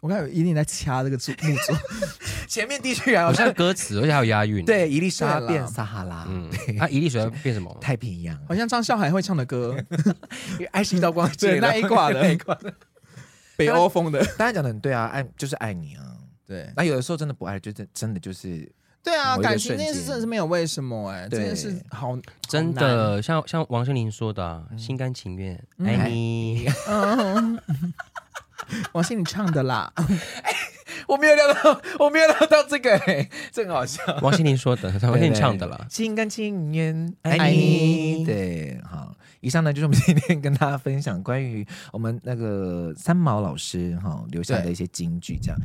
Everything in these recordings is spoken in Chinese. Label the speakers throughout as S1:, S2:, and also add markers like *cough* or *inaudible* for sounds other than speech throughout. S1: 我看有一定在掐这个字木字，
S2: 前面地区然
S3: 好
S2: 后
S3: 像歌词，而且还有押 *laughs* 韵。，
S2: *laughs* 对伊丽莎
S1: 对啦
S2: 变撒哈拉，
S3: 嗯，他一粒水变什么？
S2: 太平洋，
S1: *laughs*
S2: *laughs*
S1: 好像张韶涵会唱的歌，
S2: 因为爱是一道光
S1: 对
S2: 线
S1: 那一挂的
S2: 那一挂的。
S1: 北欧风的，
S2: 大家讲的很对啊，爱就是爱你啊。
S1: 对
S2: 那有的时候真的不爱，就真真的就是
S1: 对啊，
S2: 某一个
S1: 感情这件
S2: 瞬
S1: 事
S2: 间
S1: 真的是没有为什么哎，这
S2: 对
S1: 件事好
S3: 真，的，像像王心凌说的啊，心甘情愿
S1: 嗯
S3: 爱你。
S1: 好难嗯，王心凌唱的啦， *laughs*
S2: 我没有料到，我没有料到这个、欸，这很好笑。
S3: *laughs* 王心凌说的，王心凌唱的啦。
S2: 心甘情愿
S1: 爱
S2: 爱
S1: 你
S2: 你。对，好，以上呢就是我们今天跟大家分享关于我们那个三毛老师哈、留下的一些金句，这样。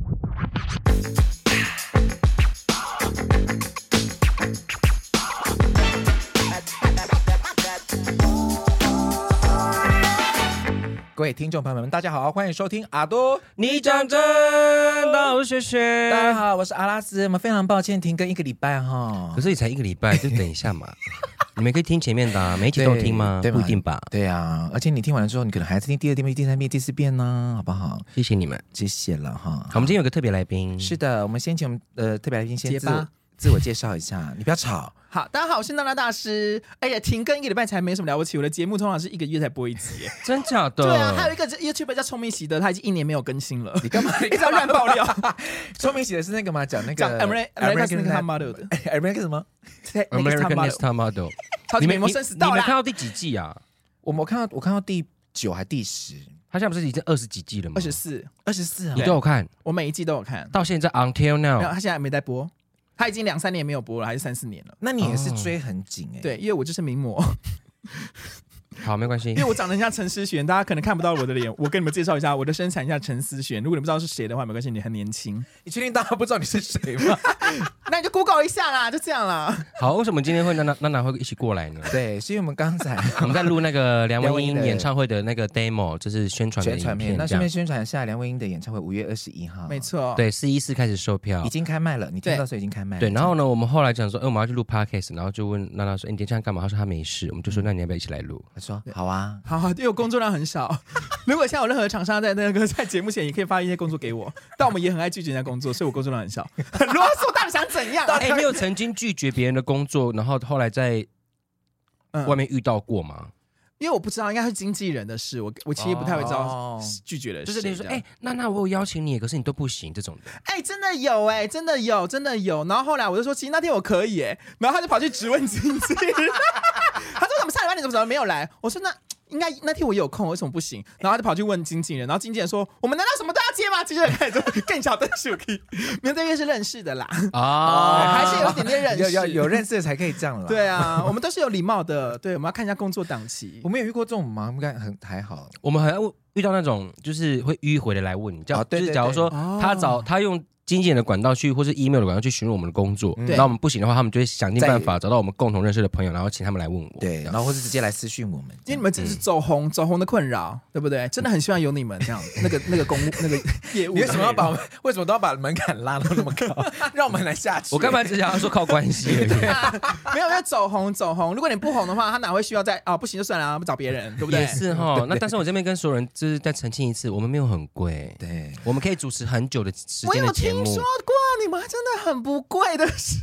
S2: 各位听众朋友们，大家好，欢迎收听阿多
S3: 你讲真到谢谢
S2: 大家好，我是阿拉斯。我们非常抱歉停更一个礼拜哈
S3: 可，是也才一个礼拜，就等一下 *laughs* 嘛。你们可以听前面的、啊，每一
S2: 对
S3: 集都听吗？
S2: 对
S3: 不
S2: 嘛
S3: 一定吧。
S2: 对啊，而且你听完了之后，你可能还是听第二遍、第三遍、第四遍呢，好不好？
S3: 谢谢你们。
S2: 谢谢了哈。
S3: 好，我们今天有个特别来宾，
S2: 是的，我们先请我们呃特别来宾先
S1: 结
S2: 自
S1: 巴
S2: 我自我介绍一下，你不要吵。
S1: 好，大家好，我是娜娜大师。哎呀，停更一个礼拜才没什么了不起，我的节目通常是一个月才播一集。哎
S3: 真假的？
S1: 对啊，还有一个 YouTube 叫聪明喜德，他已经一年没有更新了。
S2: 你干嘛？你
S1: 一直要乱爆料，
S2: 说明写的是那个吗？讲那
S1: 讲
S2: 个
S1: America America 他妈的
S2: *laughs* American 什么？
S3: American
S1: Next
S3: Next Top Model，
S1: 超级
S3: 们
S1: 美
S3: 你
S1: 魔生死到
S3: 你们
S1: 啦
S3: 看！到第几季啊？
S2: 我我看到我看到第九还第十，
S3: 他现在不是已经二十几季了吗？
S1: 二十，四，
S2: 二十四啊
S3: 你。都有看，
S1: 我每一季都有看，
S3: 到现在 until
S1: 然后
S3: now，
S1: 他现在还没在播，他已经两三年没有播了，还是三四年了。
S2: 那你也是追很紧哎。
S1: 哦对，因为我就是名 *laughs* 模，
S3: 好，没关系
S1: 因为。我长得很像陈思璇，大家可能看不到我的 *laughs* 脸，我跟你们介绍一下我的身材，像陈思璇。如果你不知道是谁的话，没关系，你很年轻，
S2: 你确定大家不知道你是谁吗？
S1: *laughs* 那你就 Google 一下啦，就这样啦。
S3: 好，为什么今天会娜娜娜娜会一起过来
S2: *laughs*
S3: 呢？
S2: *laughs* 对，是因为我们刚才
S3: 我们在录那个梁文音
S2: 梁文音的
S3: 演唱会的那个 demo，就是宣传的
S2: 宣传
S3: 影片
S2: 片，那
S3: 这
S2: 顺
S3: 样
S2: 便。宣传一下梁文音的演唱会，五月二十一
S1: *laughs*
S2: 号，
S1: 没，错，
S3: 对，四一四开始售票
S2: 已。经开卖了。你听
S1: 对
S2: 到说已经开卖了，
S3: 对，然后呢，我们后来讲说，哎，我们要去录 podcast，然后就问娜娜说，哎你今天这样干嘛？她说她没事，我们就
S2: 嗯
S3: 说，那你要不要一起来录？
S2: 他说好啊，
S1: 好好，因为我工作量很少。 *laughs* 如果现在有任何厂商在那个 *laughs* 在节目前，也可以发一些工作给我。但我们也很爱拒绝人家工作，所以我工作量很少。 *laughs* 很啰嗦，到底想怎 *laughs* 样、
S3: 哎，没有曾经拒绝别人的工作，然后后来在
S1: 嗯
S3: 外面遇到过吗？
S1: 因为我不知道，应该是经纪人的事。我我其实不太会知道
S2: 哦
S1: 拒绝了谁这
S3: 就是
S1: 样。
S3: 你说，哎，娜娜，我有邀请你，可是你都不行这种的。
S2: *laughs*
S1: 哎、真的有哎、真的有，真的有。然后后来我就说，其实那天我可以哎、然后他就跑去质问经纪人， *laughs* 他说怎么下礼拜你怎么怎么没有来？我说那。应该那天我有空，为什么不行？然后他就跑去问经纪人，然后经纪人说：“我们难道什么都要接吗？”经纪人开始就更小灯 s u k 没有这个是认识的啦，
S3: 啊
S1: 还是有一点点认识。
S2: 哦有有有认识的才可以这样啦。
S1: 对，啊，我们都是有礼貌的。对，我们要看一下工作档期
S2: 我。们有遇过这种吗？我们感觉很还好。
S3: 我们好像遇到那种就是会迂回的来问你，这样、
S1: 啊
S2: 哦对
S3: 就是
S2: 对
S3: 假如
S2: 对
S3: 说
S1: 哦
S3: 他找、他用经纪人的管道去，或是 email 的管道去询问我们的工作，
S1: 对
S3: 然后我们不行的话，他们就会想尽
S2: 再
S3: 办法找到我们共同认识的朋友，然后请他们来问我。
S2: 对，
S3: 这
S2: 然
S3: 样
S2: 后或是直接来私讯我们，
S1: 因为你们只是
S2: 嗯
S1: 走红，走红的困扰，对不对？真的很希望有你们这样，那个那个公务那个业务。
S2: 你为什么要把我们为什么都要把门槛拉到那么 *laughs* 高，让我们来下去？
S3: 我干嘛只想要说靠关
S1: *laughs*
S3: 系而已？ *laughs*
S1: 没有要走红走红，如果你不红的话，他哪会需要再啊、不行就算了，找别
S3: *laughs*
S1: 人，对不对
S3: 也？是哈。那但是我这边跟所有人就是再澄清一次，我们没有很贵，
S2: 对，
S3: 我们可以主持很久的时
S1: 我
S3: 间
S1: 有
S3: 的节
S1: 听
S3: 目。
S1: 说过，你们真的很不贵的事。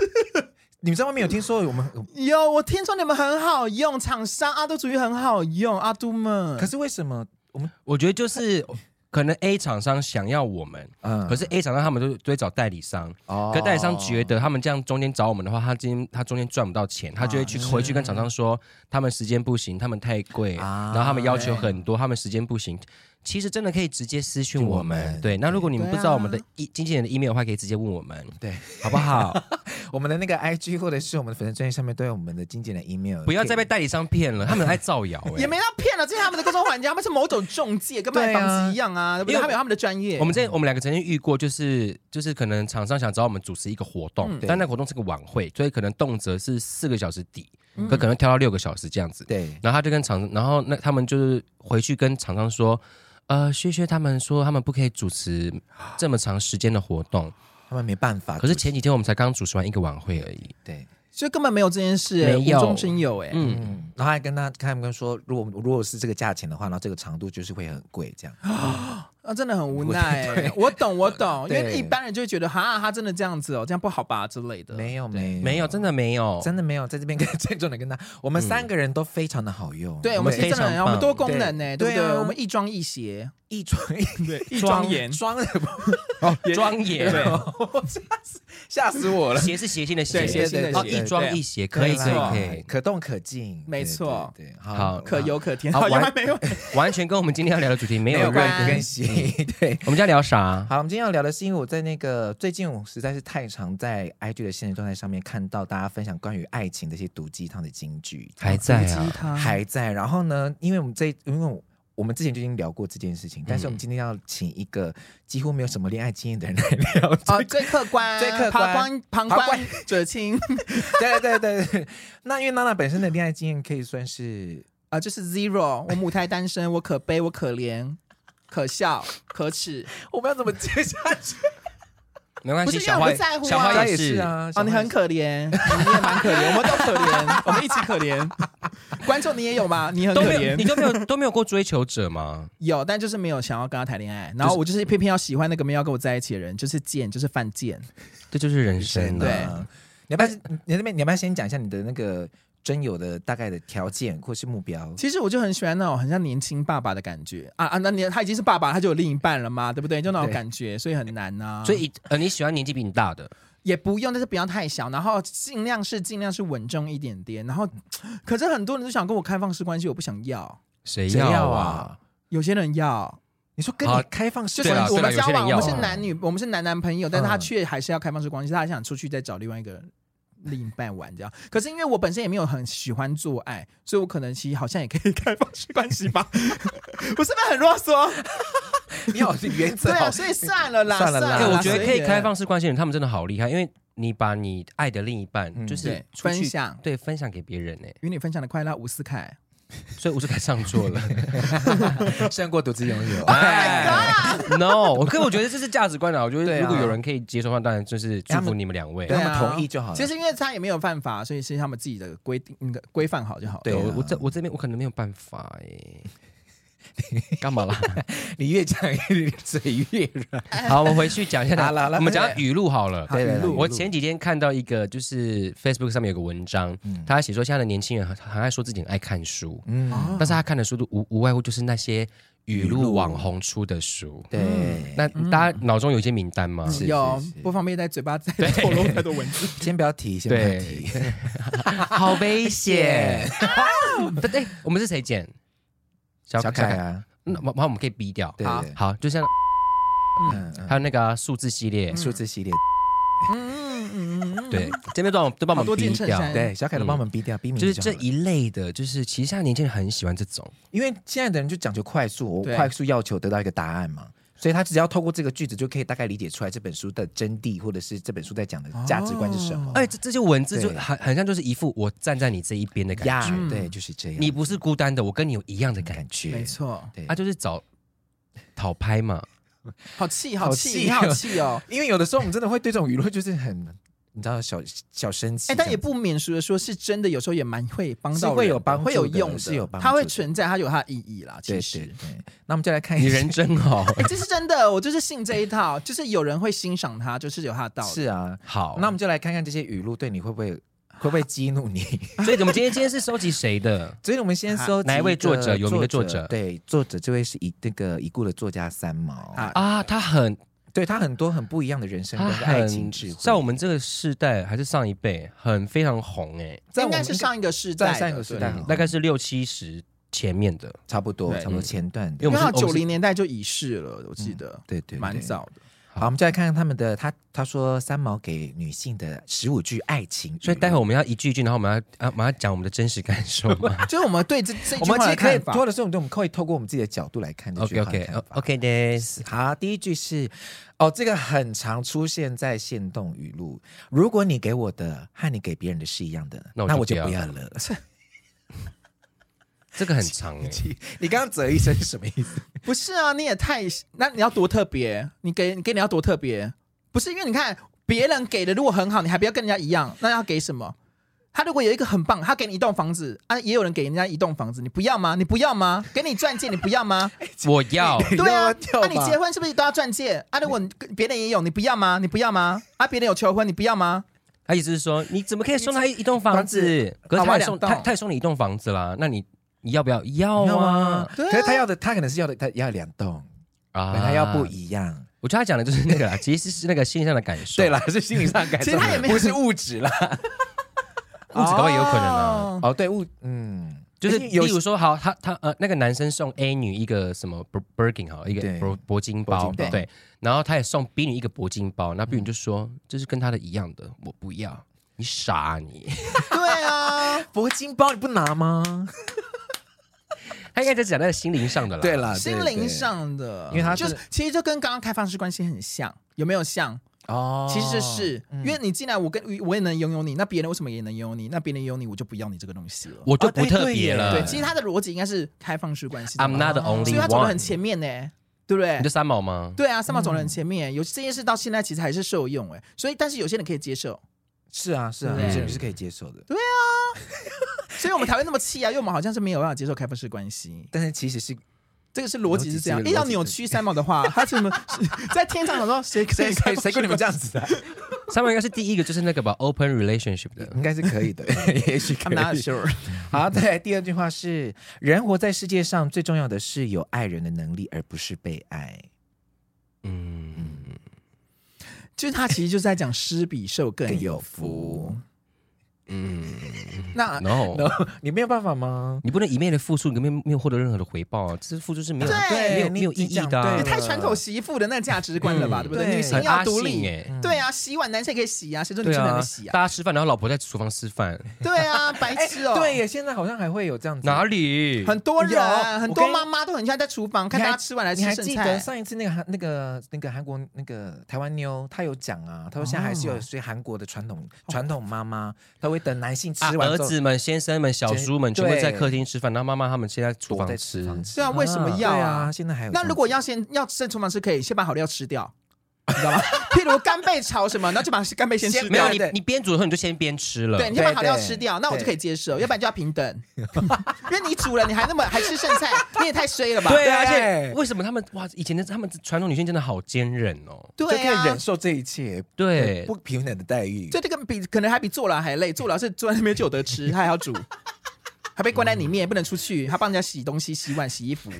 S2: 你们在外面有听说我们？
S1: 有，我听说你们很好用，厂商阿杜主义很好用，阿杜们。
S2: 可是为什么我们？
S3: 我觉得就是可能 A 厂商想要我们，
S2: 嗯
S3: 可是 A 厂商他们都都会找代理商。
S2: 哦
S3: 可代理商觉得他们这样中间找我们的话，他今天他中间赚不到
S1: 啊
S3: 钱，他就会去回去跟厂商说，他们时间不行，他们太贵，
S2: 啊
S3: 然后他们要求很多，他们时间不行。其实真的可以直接私讯我
S2: 就我
S3: 们，
S2: 们
S3: 对。那如果你们
S1: 对啊
S3: 不知道我们的 e- 经纪人的 email 的话，可以直接问我们，
S2: 对，
S3: 好不好？
S1: *laughs*
S2: 我们的那个 IG 或者是我们的粉丝专业上面都有我们的经纪人 email，
S3: 不要再被代理商骗了，他们很爱造谣。
S1: *laughs* 也
S3: 哎
S1: 没到骗了，这是他们的工作环境，他们是某种中介，跟
S3: *laughs*
S1: 卖房子一样啊，对不
S3: 因
S1: 对？
S3: 为
S1: 他们有他们的专业。
S3: 我们这我们两个曾经遇过，就是就是可能厂商想找我们主持一个活动，
S1: 嗯
S2: 对
S3: 但那个活动是个晚会，所以可能动辄是四个小时底，
S1: 嗯
S3: 可可能跳到六个小时这样子。
S2: 对
S3: 然后他就跟厂，然后那他们就是回去跟厂商说，呃，薛薛他们说他们不可以主持这么长时间的活动，
S2: 他们没办法。
S3: 可是前几天我们才刚主持完一个晚会而已，
S2: 对，
S1: 所以根本没有这件事、欸，
S3: 没有
S1: 无中生有哎、欸。
S3: 嗯，
S2: 嗯，然后还跟他他们说，如果如果是这个价钱的话，然后这个长度就是会很贵这样。
S1: 啊，真的很无奈、
S3: *laughs*
S1: 欸。我懂，我懂，因
S2: 对
S1: 为一般人就会觉得，哈，他真的这样子哦，这样不好吧之类的。
S2: 没有
S1: 对
S2: 没
S3: 没有，真的没有，
S2: 真的没有，在这边跟 *laughs* 郑重的跟他，我们三个人都非常的好用，
S1: 对，我们是
S3: 非
S1: 真的
S3: 常
S1: 很，我们
S3: 棒
S1: 多功能呢，对不
S2: 对啊
S1: 对？我们一装一邪，
S2: 一装一
S1: 对，一庄严，
S2: *laughs* 装的
S3: 庄严，
S1: 对 *laughs*
S2: 吓死我了，
S3: 鞋是谐星的
S1: 对
S3: 鞋，
S1: 谐星的
S3: 哦，
S1: 谐
S3: 一装
S1: 对
S3: 一谐，可以
S2: 啦
S3: 可以
S1: 没错
S3: 可以，
S2: 可动可进，
S1: 没错
S2: 对，对对
S3: 好
S1: 可有可甜。
S2: 好
S1: 好，原
S2: 玩
S1: 来没有。
S3: 完全跟我们今天要聊的主题
S2: 没
S3: 没有
S2: 有
S3: 任
S1: 关
S2: 关跟鞋，对。
S3: 我们今天聊啥？
S2: *laughs* 好，我们今天要聊的是，因为我在那个最近我实在是太常在 IG 的现实状态上面看到大家分享关于爱情的一些毒鸡汤的金句，
S3: 还
S1: *laughs*
S3: 在
S1: 毒鸡
S3: 啊，
S1: 汤
S2: 还在。然后呢，因为我们这因为我们之前就已经聊过这件事情，但是我们今天要请一个几乎没有什么恋爱经验的人来聊这
S1: 啊，
S2: 个
S1: 最客观，
S2: 最
S1: 旁
S2: 客观
S1: 观，旁
S2: 旁
S1: 观者清
S2: *laughs* 对对对对，那因为娜娜本身的恋爱经验可以算是
S1: 啊，就是 zero。我母胎单身，我 *laughs* 可悲，我可怜，可笑，可耻。
S2: 我们要怎么接下去？
S3: 没关
S1: 不
S3: 系，
S1: 是因为
S3: 小
S1: 我
S3: 花
S1: 不在乎啊
S3: 小花
S2: 也是，
S3: 是
S2: 啊，
S1: *laughs* 哦，你很可怜，你也蛮可怜，我们都可怜，我们一起可怜。观众你也有吗？你很
S3: 都
S1: 可
S3: 没有，你
S1: 怜，
S3: 都没有都没有过追求者吗？
S1: 有，但就是没有想要跟他谈恋爱。然后我就是偏偏要喜欢那个没有要跟我在一起的人，就是贱，就是犯贱。
S3: 这就是人
S2: 真
S3: 生
S2: 的
S3: 啊。
S1: 对
S2: 啊。你要不要？你那边你要不要先讲一下你的那个真友的大概的条件或是目标？
S1: 其实我就很喜欢那种很像年轻爸爸的感觉啊啊！那你他已经是爸爸，他就有另一半了嘛，对不对？就那种
S2: 对
S1: 感觉，所以很难呐、
S3: 所以呃，你喜欢年纪比你大的，
S1: 也不用，但是不要太小，然后尽量是尽量是稳重一点点。然后，可是很多人都想跟我开放式关系，我不想要。
S3: 谁
S2: 谁要
S3: 啊？
S2: 啊？
S1: 有些人要，
S2: 你说跟
S3: 好
S2: 你开放式
S1: 就
S2: 的
S1: 是
S3: 对啊啦
S1: 我
S3: 对啦
S1: 们交
S3: 有些人
S1: 往，我
S3: 要
S1: 们是男女，我们是男男朋友，但是他
S2: 嗯
S1: 却还是要开放式关系，他还想出去再找另外一个另一半玩这样。可是因为我本身也没有很喜欢做爱，所以我可能其实好像也可以开放式关系
S3: *laughs*
S1: 吧。我是不是很啰嗦？哦
S2: 你好是原则
S1: 对
S2: 好 *laughs*
S1: 啊，，所以算了啦，
S2: 算了啦
S1: 啦。
S3: 对，哎我觉
S1: 随
S3: 得可以
S1: 缘
S3: 开放式关系的人，他们真的好厉害，因为你把你爱的另一半
S2: 嗯
S3: 就是
S1: 对
S3: 出去
S1: 分享
S3: 对分享给别人哎，
S1: 与你分享的快乐，伍思凯。
S3: 所以我就该上座
S2: *laughs*
S3: 了。
S2: 胜过独自拥有。
S3: 啊哎 No，我可我觉得这是价值观啊，我觉
S2: 对
S3: 得
S2: 啊
S3: 如果有人可以接受的话，当然就是祝福你们两位
S2: 对。
S1: 啊
S2: 他们同意就好了
S1: 其实因为他也没有犯法，所以是他们自己的规定、那个规范好就好了。
S2: 对啊
S3: 我我这我这边我可能没有办法哎，干嘛
S2: *laughs*
S3: 啦？
S2: 你越 *laughs* 讲越嘴越软。
S3: 好，我们回去讲一下
S2: 好了好了
S3: 我们讲语录好了。
S1: 好
S2: 对对
S1: 语
S2: 对
S1: 录
S3: 我
S1: 语录
S3: 前几天看到一个，就是 Facebook 上面有个文章，他写说现在的年轻人很很爱说自己很爱看书，
S2: 嗯，
S1: 哦
S3: 但是他看的书都无无外乎就是那些语
S2: 语
S3: 录
S2: 录
S3: 网红出的书。
S2: 对。
S3: 那大家脑中有一些名单吗？
S1: 嗯
S2: 是
S1: 有
S2: 是是
S1: 不方便在嘴巴
S2: *laughs*
S1: 再透露太多文字。
S2: 先不要提，先不要
S3: 对
S2: 提。
S3: 好危险！对 *laughs* 对，我们是谁剪？
S2: *laughs*
S3: 小嗯
S2: 小凯，啊，
S3: 那我我们可以逼掉。
S2: 对
S1: 好，
S2: 对
S3: 好，就像
S2: *laughs* 嗯嗯
S3: 还有那个啊数字系列，
S2: 数字系列，
S1: 嗯嗯嗯，
S3: 对，这边都帮我们都帮我
S1: 好多
S3: 们逼
S1: 件衬
S3: 掉。
S1: 衫
S2: 对，小凯都帮我们逼掉，逼名
S3: 嗯就是
S2: 就
S3: 这
S2: 好了
S3: 一类的，就是其实现在年轻人很喜欢这种，
S2: 因为现在的人就讲究快速，我
S1: 对
S2: 快速要求得到一个答案嘛，所以他只要透过这个句子就可以大概理解出来这本书的真谛，或者是这本书在讲的价值观是什么。
S1: 哦
S3: 哎，这这些文字就
S2: 对
S3: 很很像就是一副我站在你这一边的
S2: 哎
S3: 感
S2: 呀
S3: 觉，
S1: 嗯
S2: 对，就是这样。
S3: 你不是孤单的，我跟你有一样的感
S2: 感
S3: 觉，
S2: 觉
S1: 没，错，
S2: 对
S3: 啊，就是找讨拍嘛，
S1: 好气，
S2: 好
S1: 好
S2: 气
S1: 气，你好气哦。
S2: 因为有的时候我们真的会对这种舆论就是很，你知道小小生气，
S1: 哎，但也不免俗的说，是真的，有时候也蛮会帮到人
S2: 是
S1: 的，
S2: 会有帮助的
S1: 会有用的，
S2: 是有帮助的
S1: 它会存在，它有它的意义啦。
S2: 这
S1: 其
S2: 样
S1: 实
S2: 对对，对。那我们就来看
S3: 你
S2: 一下
S3: 人，真好，
S1: 哎，这是真的，我就是信这一套，就是有人会欣赏它，就是有它的道理。
S2: *laughs* 是啊，
S3: 好，
S2: 那我们就来看看这些语录对你会不会会不会激怒你？
S3: *laughs* 所以我们今天今天是收集谁的？
S2: *laughs* 所以我们先
S1: 啊
S2: 搜集
S3: 哪一位
S2: 一个
S3: 作者有名的
S2: 作
S3: 作
S2: 者，
S3: 者
S2: 对，作者这位是已那个已故的作家三毛
S1: 啊
S3: *laughs* 啊，他很
S2: 对他很多很不一样的人生
S3: 他
S2: 观、爱情
S3: 很
S2: 智慧，
S3: 在我们这个世代还是上一辈很非常红哎，
S2: 在我
S1: 应
S2: 们
S1: 该是上一个世
S2: 在
S1: 代的，
S2: 上一个世代
S1: 对
S2: 很红
S3: 大概是六七十前面的，
S2: 差不多，
S1: 对
S2: 差不多前段的，
S3: 因为
S1: 因
S3: 我
S1: 为
S3: 们是嗯
S1: 他
S3: 我
S1: 九
S3: 们是
S1: 零年代就已逝了，我记得
S2: 对对，对
S1: 蛮。早的。
S2: 好，我们就来看看他们的，他他说三毛给女性的十五句爱情语录，
S3: 所以待会我们要一句一句，然后我们要啊，我们要讲我们的真实感受 *laughs* 嘛。
S1: 就是我们对这这句
S2: 我们
S1: 话的
S2: 其实可以
S1: 看，法，
S2: 或者是我们我们可以透过我们自己的角度来看这
S3: OK
S2: 句话
S3: OK
S2: 的看法。
S3: 哦 OK *laughs* 的，
S2: 好，第一句是哦，这个很常出现在限动语录。如果你给我的和你给别人的是一样的，
S3: 那我
S2: 那
S3: 就
S2: 我就
S3: 不
S2: 不
S3: 要
S2: 要了。 *laughs*
S3: 这个很长哎、
S2: 你刚刚啧一声是什么意思？
S1: 不是啊？你也太那你要多特别，你给你给你要多特别，不是因为你看别人给的如果很好，你还不要跟人家一样，那要给什么？他如果有一个很棒，他给你一栋房子啊，也有人给人家一栋房子，你不要吗？你不要吗？给你钻戒，你不要
S3: *laughs*
S1: 吗？
S3: 我哎要
S1: 对
S2: *laughs*
S1: 啊，
S2: 跳
S1: 那、
S2: 吧
S1: 你结婚是不是都要钻戒啊？如果你跟别人也有，你不要吗？你不要吗？啊，别人有求婚，你不要吗？
S3: 他意思是说，你怎么可以送他一一栋房
S1: 房
S3: 子？可是
S1: 搞不好
S3: 他也送
S1: 两栋
S3: 他他也送你一栋房子啦，那你你要不要？要
S2: 要
S3: 啊
S2: 吗？
S1: 对啊
S2: 可是他要的，他可能是要的，他要两栋，
S3: 啊
S2: 但他要不一样。
S3: 我觉得他讲的就是那个啦，其实是那个心理上的感受。
S2: 啊对，啦，是心理上的感受，
S1: 其实他也没有
S2: 不是物质啦。
S3: 物质搞不好也有可能啊。
S1: 哦
S2: *laughs* 哦，对物，嗯，
S3: 就是
S2: 因为有
S3: 例如说，好，他他呃，那个男生送 A 女一个什么 Bir- Birkin 好，一个
S2: 对
S3: 铂铂金包
S2: 铂金包
S3: 对，然后他也送 B 女一个铂金包，那 B 女就说这是跟他的一样的，我不要，你傻啊你。
S1: *laughs* 对啊，
S2: 铂金包你不拿吗？
S3: 他应该在讲那个心灵上的啦。
S2: 对啦，
S1: 哦
S2: 对
S1: 心灵，上的，
S2: 因为他是
S1: 就是其实就跟刚刚开放式关系很像，有没有像？
S2: 对哦，
S1: 其实是、
S2: 嗯
S1: 因为你进来，我跟我也能拥有你，那别人为什么也能拥有你？那别人拥有你，我就不要你这个东西了。
S3: 我就不
S2: 哦对
S3: 特
S2: 对
S3: 别
S2: 耶
S3: 了。
S1: 对，其实他的逻辑应该是开放式关系
S3: I'm not the
S1: 所
S3: only
S1: 以他走的很
S3: one。
S1: 前面呢、对不对
S3: 你就？三毛吗？
S1: 对啊，三毛走的很前
S2: 嗯
S1: 面、有这件事到现在其实还是受用哎、所以但是有些人可以接受，
S2: 是啊，是啊，
S1: 对
S2: 有些人是可以接受的，
S1: 所以我们才会那么气啊，因为我们好像是没有办法接受开放式关系，
S2: 但是其实是
S1: 这个是逻辑是这样
S2: *laughs* 逻。辑
S1: 一
S2: 是
S1: 要扭曲三毛的话，他怎么在天上想说谁可以
S2: 谁
S1: 开
S2: 谁
S1: 放
S2: 谁跟你们这样子啊的，
S3: 三毛应该是第一个，就是那个吧，open relationship 的。
S2: *laughs* 应该是可以的， *laughs* 也许可
S1: I'm not
S2: 以。
S1: sure。
S2: 好，再来第二句话是：人活在世界上，最重要的是有爱人的能力，而不是被爱。
S3: 嗯，
S1: 就是他其实就是在讲施比受
S2: 哎
S1: 更有福。嗯，那
S3: 然后
S2: 啊 No，你 *laughs* 没有办法吗？
S3: 你不能一面的付出，你没有没有获得任何的回报啊，这是付出是没有
S1: 对
S3: 没有
S2: 你
S3: 没有意义的啊。
S2: 你
S1: 也 *laughs*
S2: 讲对
S1: 太传统媳妇的那价值观了吧，
S3: 嗯
S1: 对不对？
S2: 对
S1: 女性
S3: 很
S1: 要
S3: 阿
S1: 独
S3: 信
S1: 立。
S3: 哎，
S1: 对啊，洗碗男生也可以洗啊，谁说女
S3: 对
S1: 生不
S3: 啊
S1: 能洗，啊？
S3: 大家吃饭，然后老婆在厨房吃饭，
S1: 对啊，白痴哦。
S2: 哎对，耶，现在好像还会有这样子。
S3: 哪里？
S1: 很多人，
S2: 有
S1: 很
S2: 我
S1: 多
S2: 跟
S1: 妈妈都很像在厨房看
S2: 你
S1: 大
S2: 还
S1: 家吃完来吃
S2: 你还
S1: 剩
S2: 记
S1: 菜
S2: 得。上一次那个韩那个那个韩国那个台湾妞，她有讲啊，她说现在还是
S1: 哦
S2: 有些韩国的传统、传统妈妈，她会等男性吃
S3: 啊，
S2: 完
S3: 儿
S2: 之后
S3: 子们、先生们、小叔们
S2: 对
S3: 全部在客厅吃饭，然后妈妈他们现在厨
S2: 躲
S3: 房
S2: 在
S3: 吃
S2: 厨。房吃
S1: 对啊，为什么要
S2: 对
S1: 啊
S2: 啊，？现在还有这样子。
S1: 那如果要先要剩厨房吃，可以先把好料吃掉，你知道吗？譬如干贝炒什么，然后就把干贝先吃
S3: 没有
S1: 掉。
S3: 你
S2: 对，
S3: 你边煮的时候你就先边吃了。
S1: 对，你先把
S2: 对
S1: 好料
S2: 对
S1: 吃掉，那我就
S2: 对
S1: 可以接受，要不然就要平等。因为你煮了，你还那么还吃剩菜，你也太衰了吧？
S3: 对啊，而
S2: 对
S3: 且为什么他们哇，以前的他们传统女性真的好坚韧哦。
S2: 就可
S1: 对
S2: 以
S1: 啊
S2: 忍，受这一切
S3: 对
S1: *laughs*
S2: 不平等的待遇，
S1: 这这个比可能还比坐牢还累，坐牢是坐在那边就有得吃，他还要煮，还被关在里面不能出去，还帮人家洗东西、洗碗、洗衣服。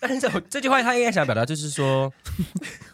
S3: 但是我这句话他应该想表达就
S1: *laughs*
S3: 是说，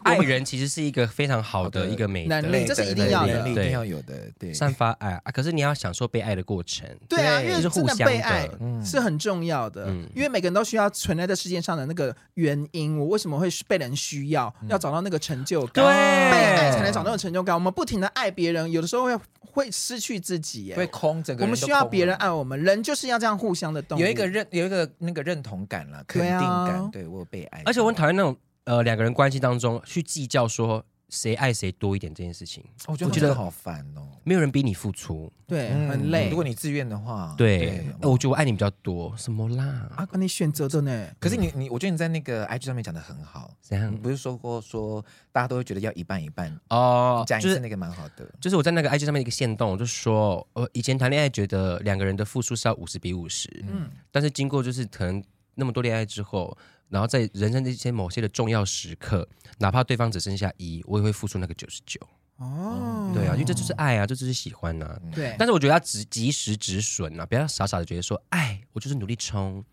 S3: 爱人其实是一个非常好的一个美德，
S1: 能力这是一定要的
S2: 能力一
S3: 对
S2: 定要有的，对。
S3: 散发爱啊。可是你要享受被爱的过程。
S1: 对啊，
S2: 对
S1: 因为
S3: 这是
S1: 真
S3: 互
S1: 的
S3: 相
S1: 被
S3: 的
S1: 爱
S2: 嗯
S1: 是很重要的，
S3: 嗯
S1: 因为每个人都需要存在这世界上的那个原因，我为什么会被人需要，
S2: 嗯
S1: 要找到那个成就感，
S3: 对
S1: 被爱才能找到那种成就感。我们不停的爱别人，有的时候会会失去自己耶，
S2: 会空整个
S1: 我
S2: 人
S1: 们
S2: 都
S1: 需要
S2: 空
S1: 别人
S2: 了
S1: 爱我们，人就是要这样互相的动物。
S2: 有一个认有一个那个认同感啦，肯
S1: 对啊
S2: 定感，对我有被爱，啊
S3: 而且我很讨厌那种呃两个人关系当中去计较说谁爱谁多一点这件事情，
S2: 我觉得
S3: 我觉
S2: 真
S3: 得
S2: 的好烦哦，
S3: 没有人逼你付出。
S1: 对，
S2: 嗯
S1: 很累。
S2: 如果你自愿的话，
S3: 对，呃我觉得我爱你比较多，什么啦？
S1: 啊，你选择的呢？
S2: 可是你你，我觉得你在那个 IG 上面讲的很好，
S3: 怎样
S2: 你？不是说过说大家都会觉得要一半一半，
S3: 哦，
S2: 讲一
S3: 就是
S2: 次那个蛮好的，
S3: 就是我在那个 IG 上面一个线动，我就说，呃，以前谈恋爱觉得两个人的付出是要五十比五十，
S1: 嗯
S3: 嗯，但是经过就是可能那么多恋爱之后，然后在人生的一些某些的重要时刻，哪怕对方只剩下一，我也会付出那个九十九。
S1: 哦，
S3: 对啊，因为这就是爱啊，这就是喜欢呐、啊。
S1: 对，
S3: 但是我觉得要及及时止损啊，不要傻傻的觉得说，哎，我就是努力冲，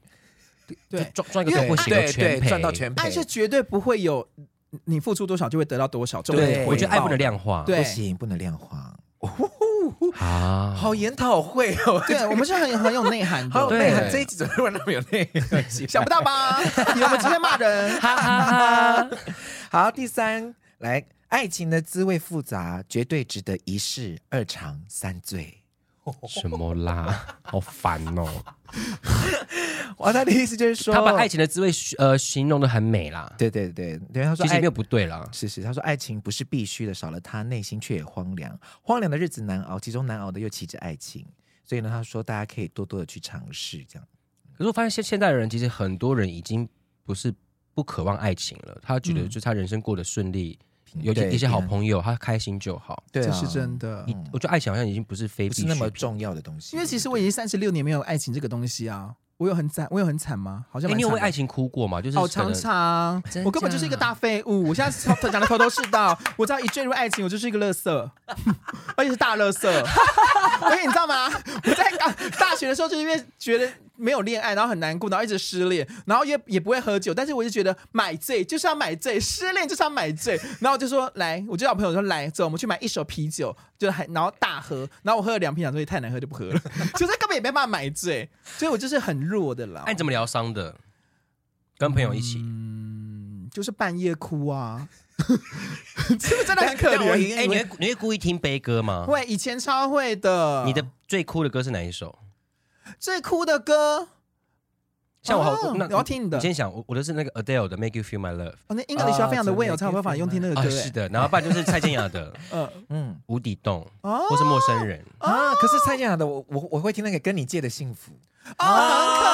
S1: 对
S3: 就赚赚一个
S1: 因为
S3: 头破血流
S2: 对对，
S3: 全赔，
S2: 赚到。全赔，啊
S1: 爱是绝对不会有你付出多少就会得到多少这种回报的。
S3: 对，我觉得爱不能量化。
S1: 对
S2: 不行，不能量化，
S3: 啊，
S2: 嗯好研讨会 *laughs* 哦，
S3: *laughs*
S1: 对，我们是很很有内涵
S2: 好有
S1: 的，
S2: 内
S3: 对
S2: 涵，这一集怎么会那么有内涵？
S1: 想不到吧？ *laughs* 你们直接骂人，
S3: 哈哈哈。
S2: 好，第三，来，爱情的滋味复杂，绝对值得一试二尝三醉。
S3: 什么
S2: *laughs*
S3: 啦？好烦哦！
S2: 哇，他的意思就是说，
S3: 他把爱，情的滋味呃形容的很美啦，
S2: 对对对，对他说
S3: 其实
S2: 爱
S3: 也没有不对啦。
S2: 是是，他说爱情不是必须的，少了它内心却也荒凉，荒凉的日子难熬，其中难熬的又岂止爱情。所以呢，他说大家可以多多的去尝试，这样
S3: 可是我发现现现代人其实很多人已经不是不渴望爱情了，他觉得就是他人生过得顺利，
S2: 平
S3: 有
S2: 嗯对
S3: 一一些好
S2: 平安
S3: 朋友，他开心就好。
S2: 对、啊，
S1: 这是真的。
S3: 你我觉得爱情好像已经不是非
S2: 不
S3: 必
S2: 是
S3: 须啊哎
S2: 那么
S3: 品
S2: 重要的东西。
S1: 因为其实我已经三十六年没有爱情这个东西啊，我有很惨，我有很惨吗？好像
S3: 哎，
S1: 蛮
S3: 你有
S1: 惨
S3: 为
S1: 的
S3: 爱情哭过吗？就是
S2: 哦
S1: 好
S3: 可
S1: 常
S3: 能
S1: 常
S3: 真，
S1: 我根本就是一个大废物。我现在头讲的头头是道，我只要一坠入爱情，我就是一个乐色， *laughs* 而且是大乐色。 *laughs* 而且你知道吗？我在刚大学的时候，就是因为觉得没有恋爱，然后很难过，然后一直失恋，然后也也不会喝酒，但是我就觉得买醉就是要买醉，失恋就是要买醉。然后我就说来，我就叫我朋友说来，走，我们去买一手啤酒，就还然后大喝，然后我喝了两瓶，想说也太难喝就不喝了， *laughs* 就是根本也没办法买醉，所以我就是很弱的啦。
S3: 哎，你怎么疗伤的？跟朋友一
S2: 嗯
S3: 起，
S1: 嗯就是半夜哭啊，是不是真的很可
S2: 但
S1: 怜？
S2: 我以为
S3: 哎，你会你会故意听悲歌吗？
S1: 会以前超会的，
S3: 你的最哭的歌是哪一首？
S1: 最哭的歌，
S3: 像我好
S1: 哦，
S3: 那
S1: 我要听你的
S3: 你先想，我我的是那个 Adele 的《Make You Feel My Love
S1: 哦，那 English 要非常的
S2: 真的
S1: well，才有办法用听那个》
S3: 啊，
S1: 歌。
S3: 是
S1: 哎，
S3: 的，然后不然就是蔡健雅的 *laughs* 《
S1: 嗯，
S2: 嗯
S3: 无底洞》
S1: 哦
S3: 或是《陌生人》。
S2: 啊，可是蔡健雅的我我我会听那个跟你借的幸福，
S1: 哦，很可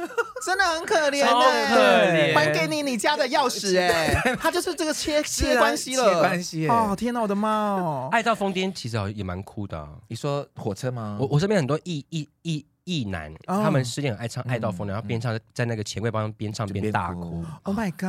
S1: 怜，真的很可怜
S3: 超可
S1: 哎，
S3: 怜
S1: 还给你你家的钥匙哎，他就是这个切
S2: 是啊
S1: 切关系了，
S2: 切关系哎
S1: 哦，天哪，我的妈哦，
S3: 爱到疯癫其实好像也蛮酷的啊。
S2: 你说火车吗？
S3: 我我身边很多异异异异男，
S1: 嗯哦嗯
S3: 他们失恋很爱唱爱到疯癫，然后边唱在那个钱柜帮边唱边大哭。
S2: 哭，
S1: Oh my god！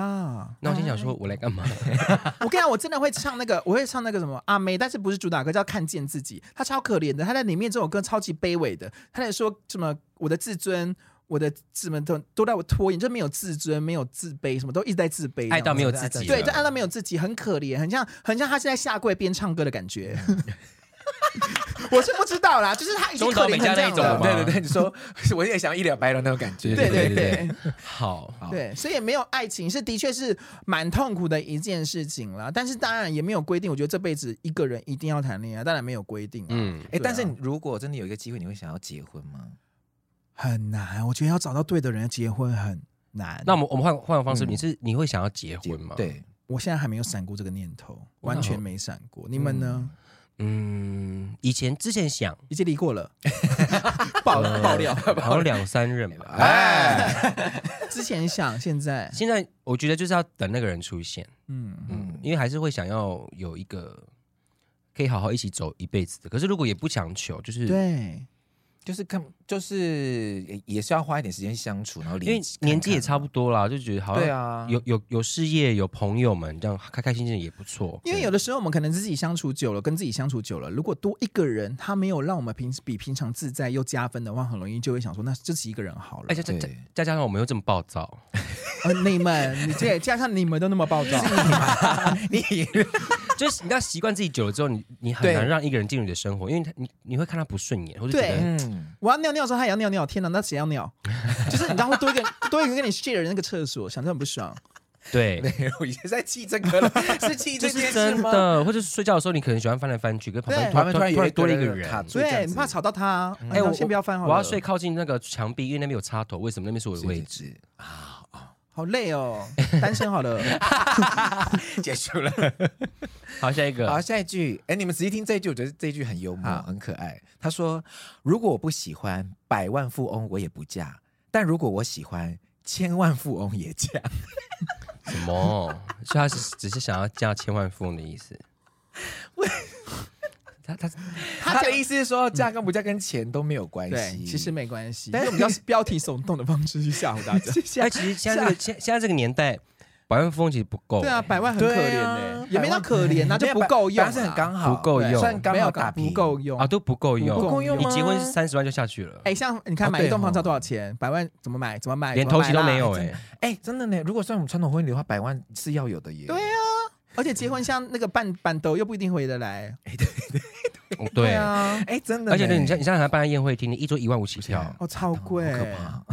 S3: 那我心想说，我来干嘛？
S1: 哎 *laughs* 我跟你讲，我真的会唱那个，我会唱那个什么阿妹，但是不是主打歌，叫《看见自己》，她超可怜的，她在里面这首歌超级卑微的，她在说什么我的自尊。我的什么都都在我拖延，就没有自尊，没有自卑，什么都一直在自卑，
S3: 爱到没有自
S2: 自
S3: 己
S2: 己
S1: 对，
S3: 了，
S1: 就按到没有自己，很可怜，很像很像他现在下跪边唱歌的感
S3: *laughs*
S1: 觉。我是不知道啦，就是他已经
S3: 中岛
S1: 可
S3: 美
S1: 怜
S3: 嘉
S1: 成这样
S3: 那种
S1: 了
S3: 吗
S2: 对对对，你说 *laughs* 我也想一了百了那种感觉，
S1: 对对
S3: 对
S1: 对
S3: *laughs* 好，
S2: 好
S1: 对，所以没有爱情是的确是蛮痛苦的一件事情啦。但是当然也没有规定，我觉得这辈子一个人一定要谈恋爱，当然没有规定、嗯，
S3: 嗯，
S2: 哎，但是
S1: 对啊
S2: 你如果真的有一个机会，你会想要结婚吗？
S1: 很难。我觉得要找到对的人结婚很难。
S3: 那我们我们换换个方式，
S2: 嗯
S3: 你是你会想要结
S2: 结
S3: 婚吗？，
S2: 对，
S1: 我现在还没有闪过这个念头，完全没闪过。你们呢？
S3: 嗯，以前之
S1: *laughs*
S3: 前想
S1: 已经离过了，爆爆料。
S3: 好像两三任
S1: *laughs*
S3: 吧，
S2: 哎，
S1: 之前想，现在
S3: 现在我觉得就是要等那个人出现，
S1: 嗯，
S3: 嗯，因为还是会想要有一个可以好好一起走一辈子的。可是如果也不强求，就是
S1: 对，
S2: 就是看，就是也也是要花一点时间相处，然后
S3: 因为年纪也差不
S2: 多，
S3: 多啦，就觉得好
S2: 对
S3: 像
S2: 啊，
S3: 有有有事业有朋友们这样开开心心的也不错。
S1: 因为有的时候我们可能自己相处久了，跟自己相处久了，如果多一个人，他没有让我们平比平常自在又加分的话，很容易就会想说，那这是一个人好了。
S3: 而且再再
S2: 对
S3: 再哎加上我们又这么暴躁，
S1: 呃，你们，你这加上你们都那么暴躁，
S2: 你
S3: 就是你要习惯自己久了之后，你你很
S2: 对
S3: 难让一个人进入你的生活，因为他你你会看他不顺眼，或者觉
S1: 对
S3: 得 *laughs*
S2: 嗯，
S1: 我要尿尿的时候他也要尿尿，天哪，那谁要尿？就是你知道会多一个多一个跟你 share 的那个厕所，想得很不爽。
S2: *laughs*
S3: 对
S2: 对，我也在气这个了，是气
S3: 就
S2: 这件
S3: 是
S2: 事
S3: 真
S2: 吗？
S3: 的，或者是睡觉的时候，你可能喜欢翻来翻去，跟旁边
S1: 对
S3: 突
S2: 旁边
S3: 然突
S2: 突然
S3: 然
S2: 有多
S3: 多了
S2: 了
S3: 一
S2: 一
S3: 个
S2: 个人卡
S3: 人。
S2: 住，
S1: 对，你怕吵到他，哎，
S3: 我
S1: 我先不要翻好了，
S3: 我要睡靠近那个墙壁，因为那边有插头。为什么那边是我的位
S2: 位 *laughs*
S3: 置？
S2: 置
S1: 好累哦，单身好了。
S2: 结束了。
S3: 好，下一
S2: 好，
S3: 个。
S2: 下一句，哎，你们仔细听这一句，我觉得这一句很幽默
S1: 好，
S2: 很可爱。他说：“如果我不喜欢百万富翁，我也不嫁；但如果我喜欢千万富翁，也嫁。
S3: 什么？所以他是只是想要嫁千万富翁的意思。他他”嗯
S2: 他的意思是说，嫁跟不嫁跟钱都没有关
S1: 对
S2: 系。，
S1: 其实没关系，
S2: 但
S1: 用比较标题耸动的方式去吓唬大家。
S3: 哎，其实现在这个现现在这个年代，百万富翁其实不够。哎
S1: 对啊，，百万很可怜
S2: 对啊
S1: 呢，也没
S2: 百
S1: 到
S2: 万
S1: 可怜啊，就不够用
S2: 但
S1: 啊，
S2: 是很刚好，
S3: 不够用
S2: 算刚
S1: 没有
S2: 好打
S1: 不
S2: 平，
S1: 够用
S3: 啊，。都不够用，
S1: 不够用
S3: 你
S1: 吗
S3: 结婚三十万就下去了，
S1: 哎，像你看
S2: 啊
S1: 买
S2: 对
S1: 一栋
S2: 哦
S1: 房子要多少钱？百万怎么买？怎么买？
S3: 连
S1: 怎么
S3: 头
S1: 买
S3: 期都没有
S1: 啦
S3: 哎、
S2: 哎，真的呢。如果算我们传统婚礼的话，百万是要有的耶。
S1: 对啊，而且结婚像那个半板斗又不一定回得来。
S3: 哦对。
S1: 啊，
S2: 哎，真的呢。
S3: 而且呢，你像你像还办宴会厅，你一桌一万五起跳，
S1: 哦，超贵，
S2: 好可怕。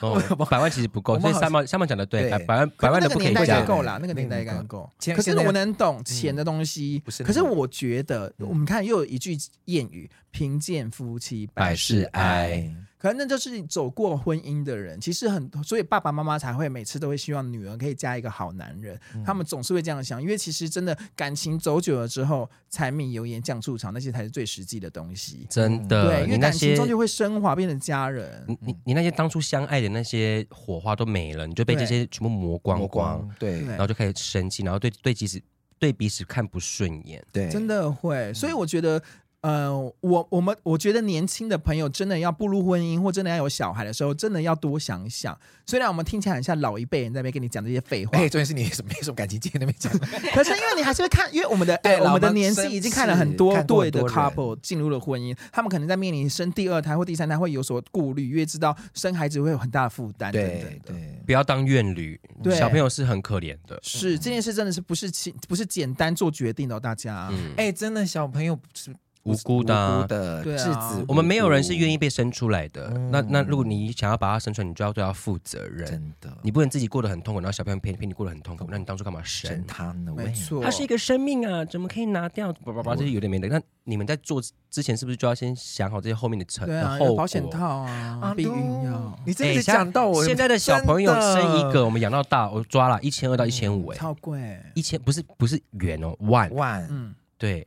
S3: 哦，百万其实不够，
S2: 我
S3: 所
S2: 们
S3: 以
S2: 好
S3: 三毛三毛讲的对，哎
S2: 对
S3: 百百万百万
S1: 那
S3: 的
S1: 个
S3: 不可
S1: 年
S3: 以
S1: 代
S3: 加
S1: 就，够了，那个年代应该
S2: 那个
S1: 够。
S2: 现
S1: 可是
S2: 现在
S1: 我能懂钱的东西
S2: 不是，那
S1: 可是
S2: 么
S1: 我觉得我们看又有一句谚语：“贫贱夫妻百
S3: 百事
S1: 事哀。
S2: 哎，
S1: 可能那就是走过婚姻的人，其实很，所以爸爸妈妈才会每次都会希望女儿可以嫁一个好男人，他们总是会这样想，因为其实真的感情走久了之后，柴米油盐酱醋茶那些才是最实际的东西。
S3: 真
S2: 呃
S1: 对，
S3: 的，
S1: 因
S3: 你
S1: 为
S3: 那
S1: 感情
S3: 些
S1: 终究会升华，变成家人。
S2: 嗯
S3: 你你你那些当初相爱的那些火花都没了，你就被这些全部磨光光，，
S2: 对
S1: 对
S3: 然后就开始生气，然后对对彼此对彼此看不顺眼。
S2: 对，嗯
S1: 真的会，所以我觉得。呃，我我们我觉得年轻的朋友真的要步入婚姻或真的要有小孩的时候，真的要多想一想。虽然我们听起来很像老一辈人在那边跟你讲这些废话，
S2: 哎、重点是你也是没什么感情经验那边
S1: *laughs*
S2: 讲，
S1: 可是因为你还是会看，因为我们的
S2: *laughs* 对
S1: 哎我
S2: 老
S1: 们的
S2: 妈
S1: 年纪
S2: 生
S1: 已经看了很多
S2: 是看过
S1: 对
S2: 很
S1: 的
S2: 多人
S1: couple 进入了婚姻，他们可能在面临生第二胎或第三胎会有所顾虑，因为知道生孩子会有很大的负担等等
S2: 对
S1: 的。
S2: 对，
S3: 不要当怨侣，
S1: 对
S3: 小朋友是很可怜的。
S1: 是
S2: 嗯
S1: 这件事真的是不是轻不是简单做决定的、哦，大家。
S3: 嗯，
S2: 哎、真的小朋友不是
S3: 无辜的啊
S2: 无辜的
S1: 对啊
S2: 质子无辜，
S3: 我们没有人是愿意被生出来的。
S2: 嗯
S3: 那那如果你想要把他生出来，你就要对他负责任。
S2: 真的，
S3: 你不能自己过得很痛苦，然后小朋友陪你陪你过得很痛苦，那你当初干嘛生
S2: 神？他呢？
S1: 没错，
S3: 它是一个生命啊，怎么可以拿掉？叭叭叭，这些有点没得。那你们在做之前是不是就要先想好这些后面的成
S1: 对
S3: 的
S1: 啊，有
S3: 后果？
S1: 保险套啊，避孕药。
S2: 你真
S3: 哎
S2: 的是
S3: 现在
S2: 讲到我
S3: 现在的小朋友
S2: 真的
S3: 生一个，我们养到大，我抓了一千二到一千五，哎，
S1: 超贵，
S3: 一千不是不是元哦万
S2: 万，
S1: 嗯，
S3: 对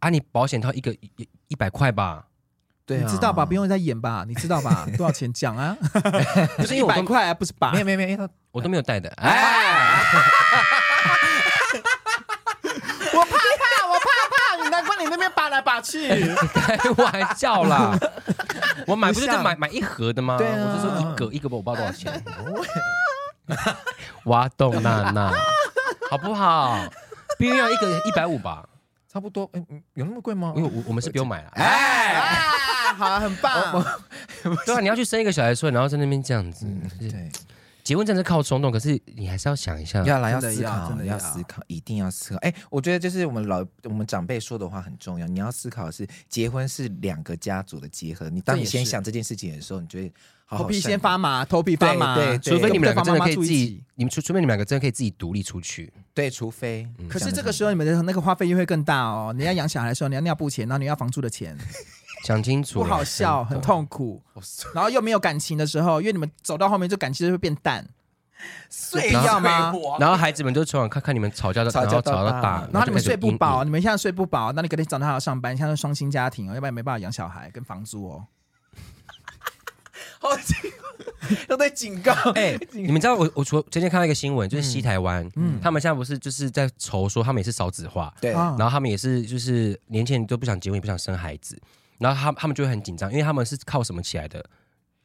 S3: 啊，你保险套一个一一百
S1: *laughs*
S3: 块吧，
S2: 对、啊，
S1: 你知道吧？不用再演吧，你知道
S3: *laughs*
S1: 吧？多少钱讲啊？
S3: 不是
S1: 一
S3: 因为我
S1: 百
S3: 都
S1: 块啊，不是吧 *laughs*
S2: 没？有没有没有，
S3: 我都没有带的，哎，
S1: 我怕怕，我怕怕，你难怪你那边拔来拔去。
S3: 开玩
S1: *laughs*
S3: 笑啦，我买不
S1: 不
S3: 是
S1: 像
S3: 就买买一盒的吗？
S2: 对啊
S3: 我是说一个一个吧，我不知道多少钱。挖洞娜娜，好不好？避孕药一个一百五吧，
S2: *laughs* 差不多，嗯、嗯有那么贵吗？
S3: 因为我我们是不用买了。哎
S1: 哎，好，很棒。
S3: 对啊，你要去生一个小孩出来，然后在那边这样子，
S1: 嗯
S3: 就是
S2: 嗯对，
S3: 结婚真的是靠冲动，可是你还是要想一下。
S2: 要来要
S1: 真的
S2: 思
S1: 要真
S2: 考，
S1: 的
S2: 要
S1: 要
S2: 思考，一定要思考。哎，我觉得就是我们老我们长辈说的话很重要，你要思考的是结婚是两个家族的结合。你当
S1: 这
S2: 你
S1: 也
S2: 先
S1: 是
S2: 想这件事情的时候，你就会好
S1: 头
S2: 好
S1: 皮
S2: 善
S1: 先
S2: 用
S1: 发麻，头皮发麻。
S2: 对对对
S3: 除非你们
S1: 跟对
S3: 两个真
S1: 方
S3: 的
S1: 妈妈
S3: 可以嗯
S1: 住
S3: 自
S1: 一
S3: 己
S1: 起。，
S3: 你们除除非你们两个真的可以自己独立出去，
S2: 对，除非嗯
S1: 可是这个时候你们的那个花费又会更大哦。你要养小孩的时候，你要尿布钱，然后你要房租的钱，
S3: 想清楚。
S1: 不好笑，很。痛苦。
S2: 哦
S1: 然后又没有感情的时候，因为你们走到后面就感情就会变淡。
S2: 哦睡
S1: 要吗
S3: 然后孩子们就从小看看你们吵架的，
S2: 吵
S3: 然
S2: 架
S3: 后
S2: 到
S3: 吵到
S2: 大
S3: 大，
S1: 然后你们
S3: 就开
S1: 睡
S3: 始
S1: 不
S3: 阴
S1: 饱，你们现在睡不饱，那你隔天早上还要上班，现在是双薪家庭哦，要不然没办法养小孩跟房租哦。
S2: *laughs* 好紧，都在
S1: *laughs*
S2: 警告。
S3: 哎、你们知道我我昨今天看到一个新闻，
S1: 嗯
S3: 就是西台湾，
S2: 嗯
S3: 他们现在不是就是在愁说他们也是少子化，
S2: 对，
S1: 啊
S3: 然后他们也是就是年轻人都不想结婚，也不想生孩子，然后他他们就会很紧张，因为他们是靠什么起来的？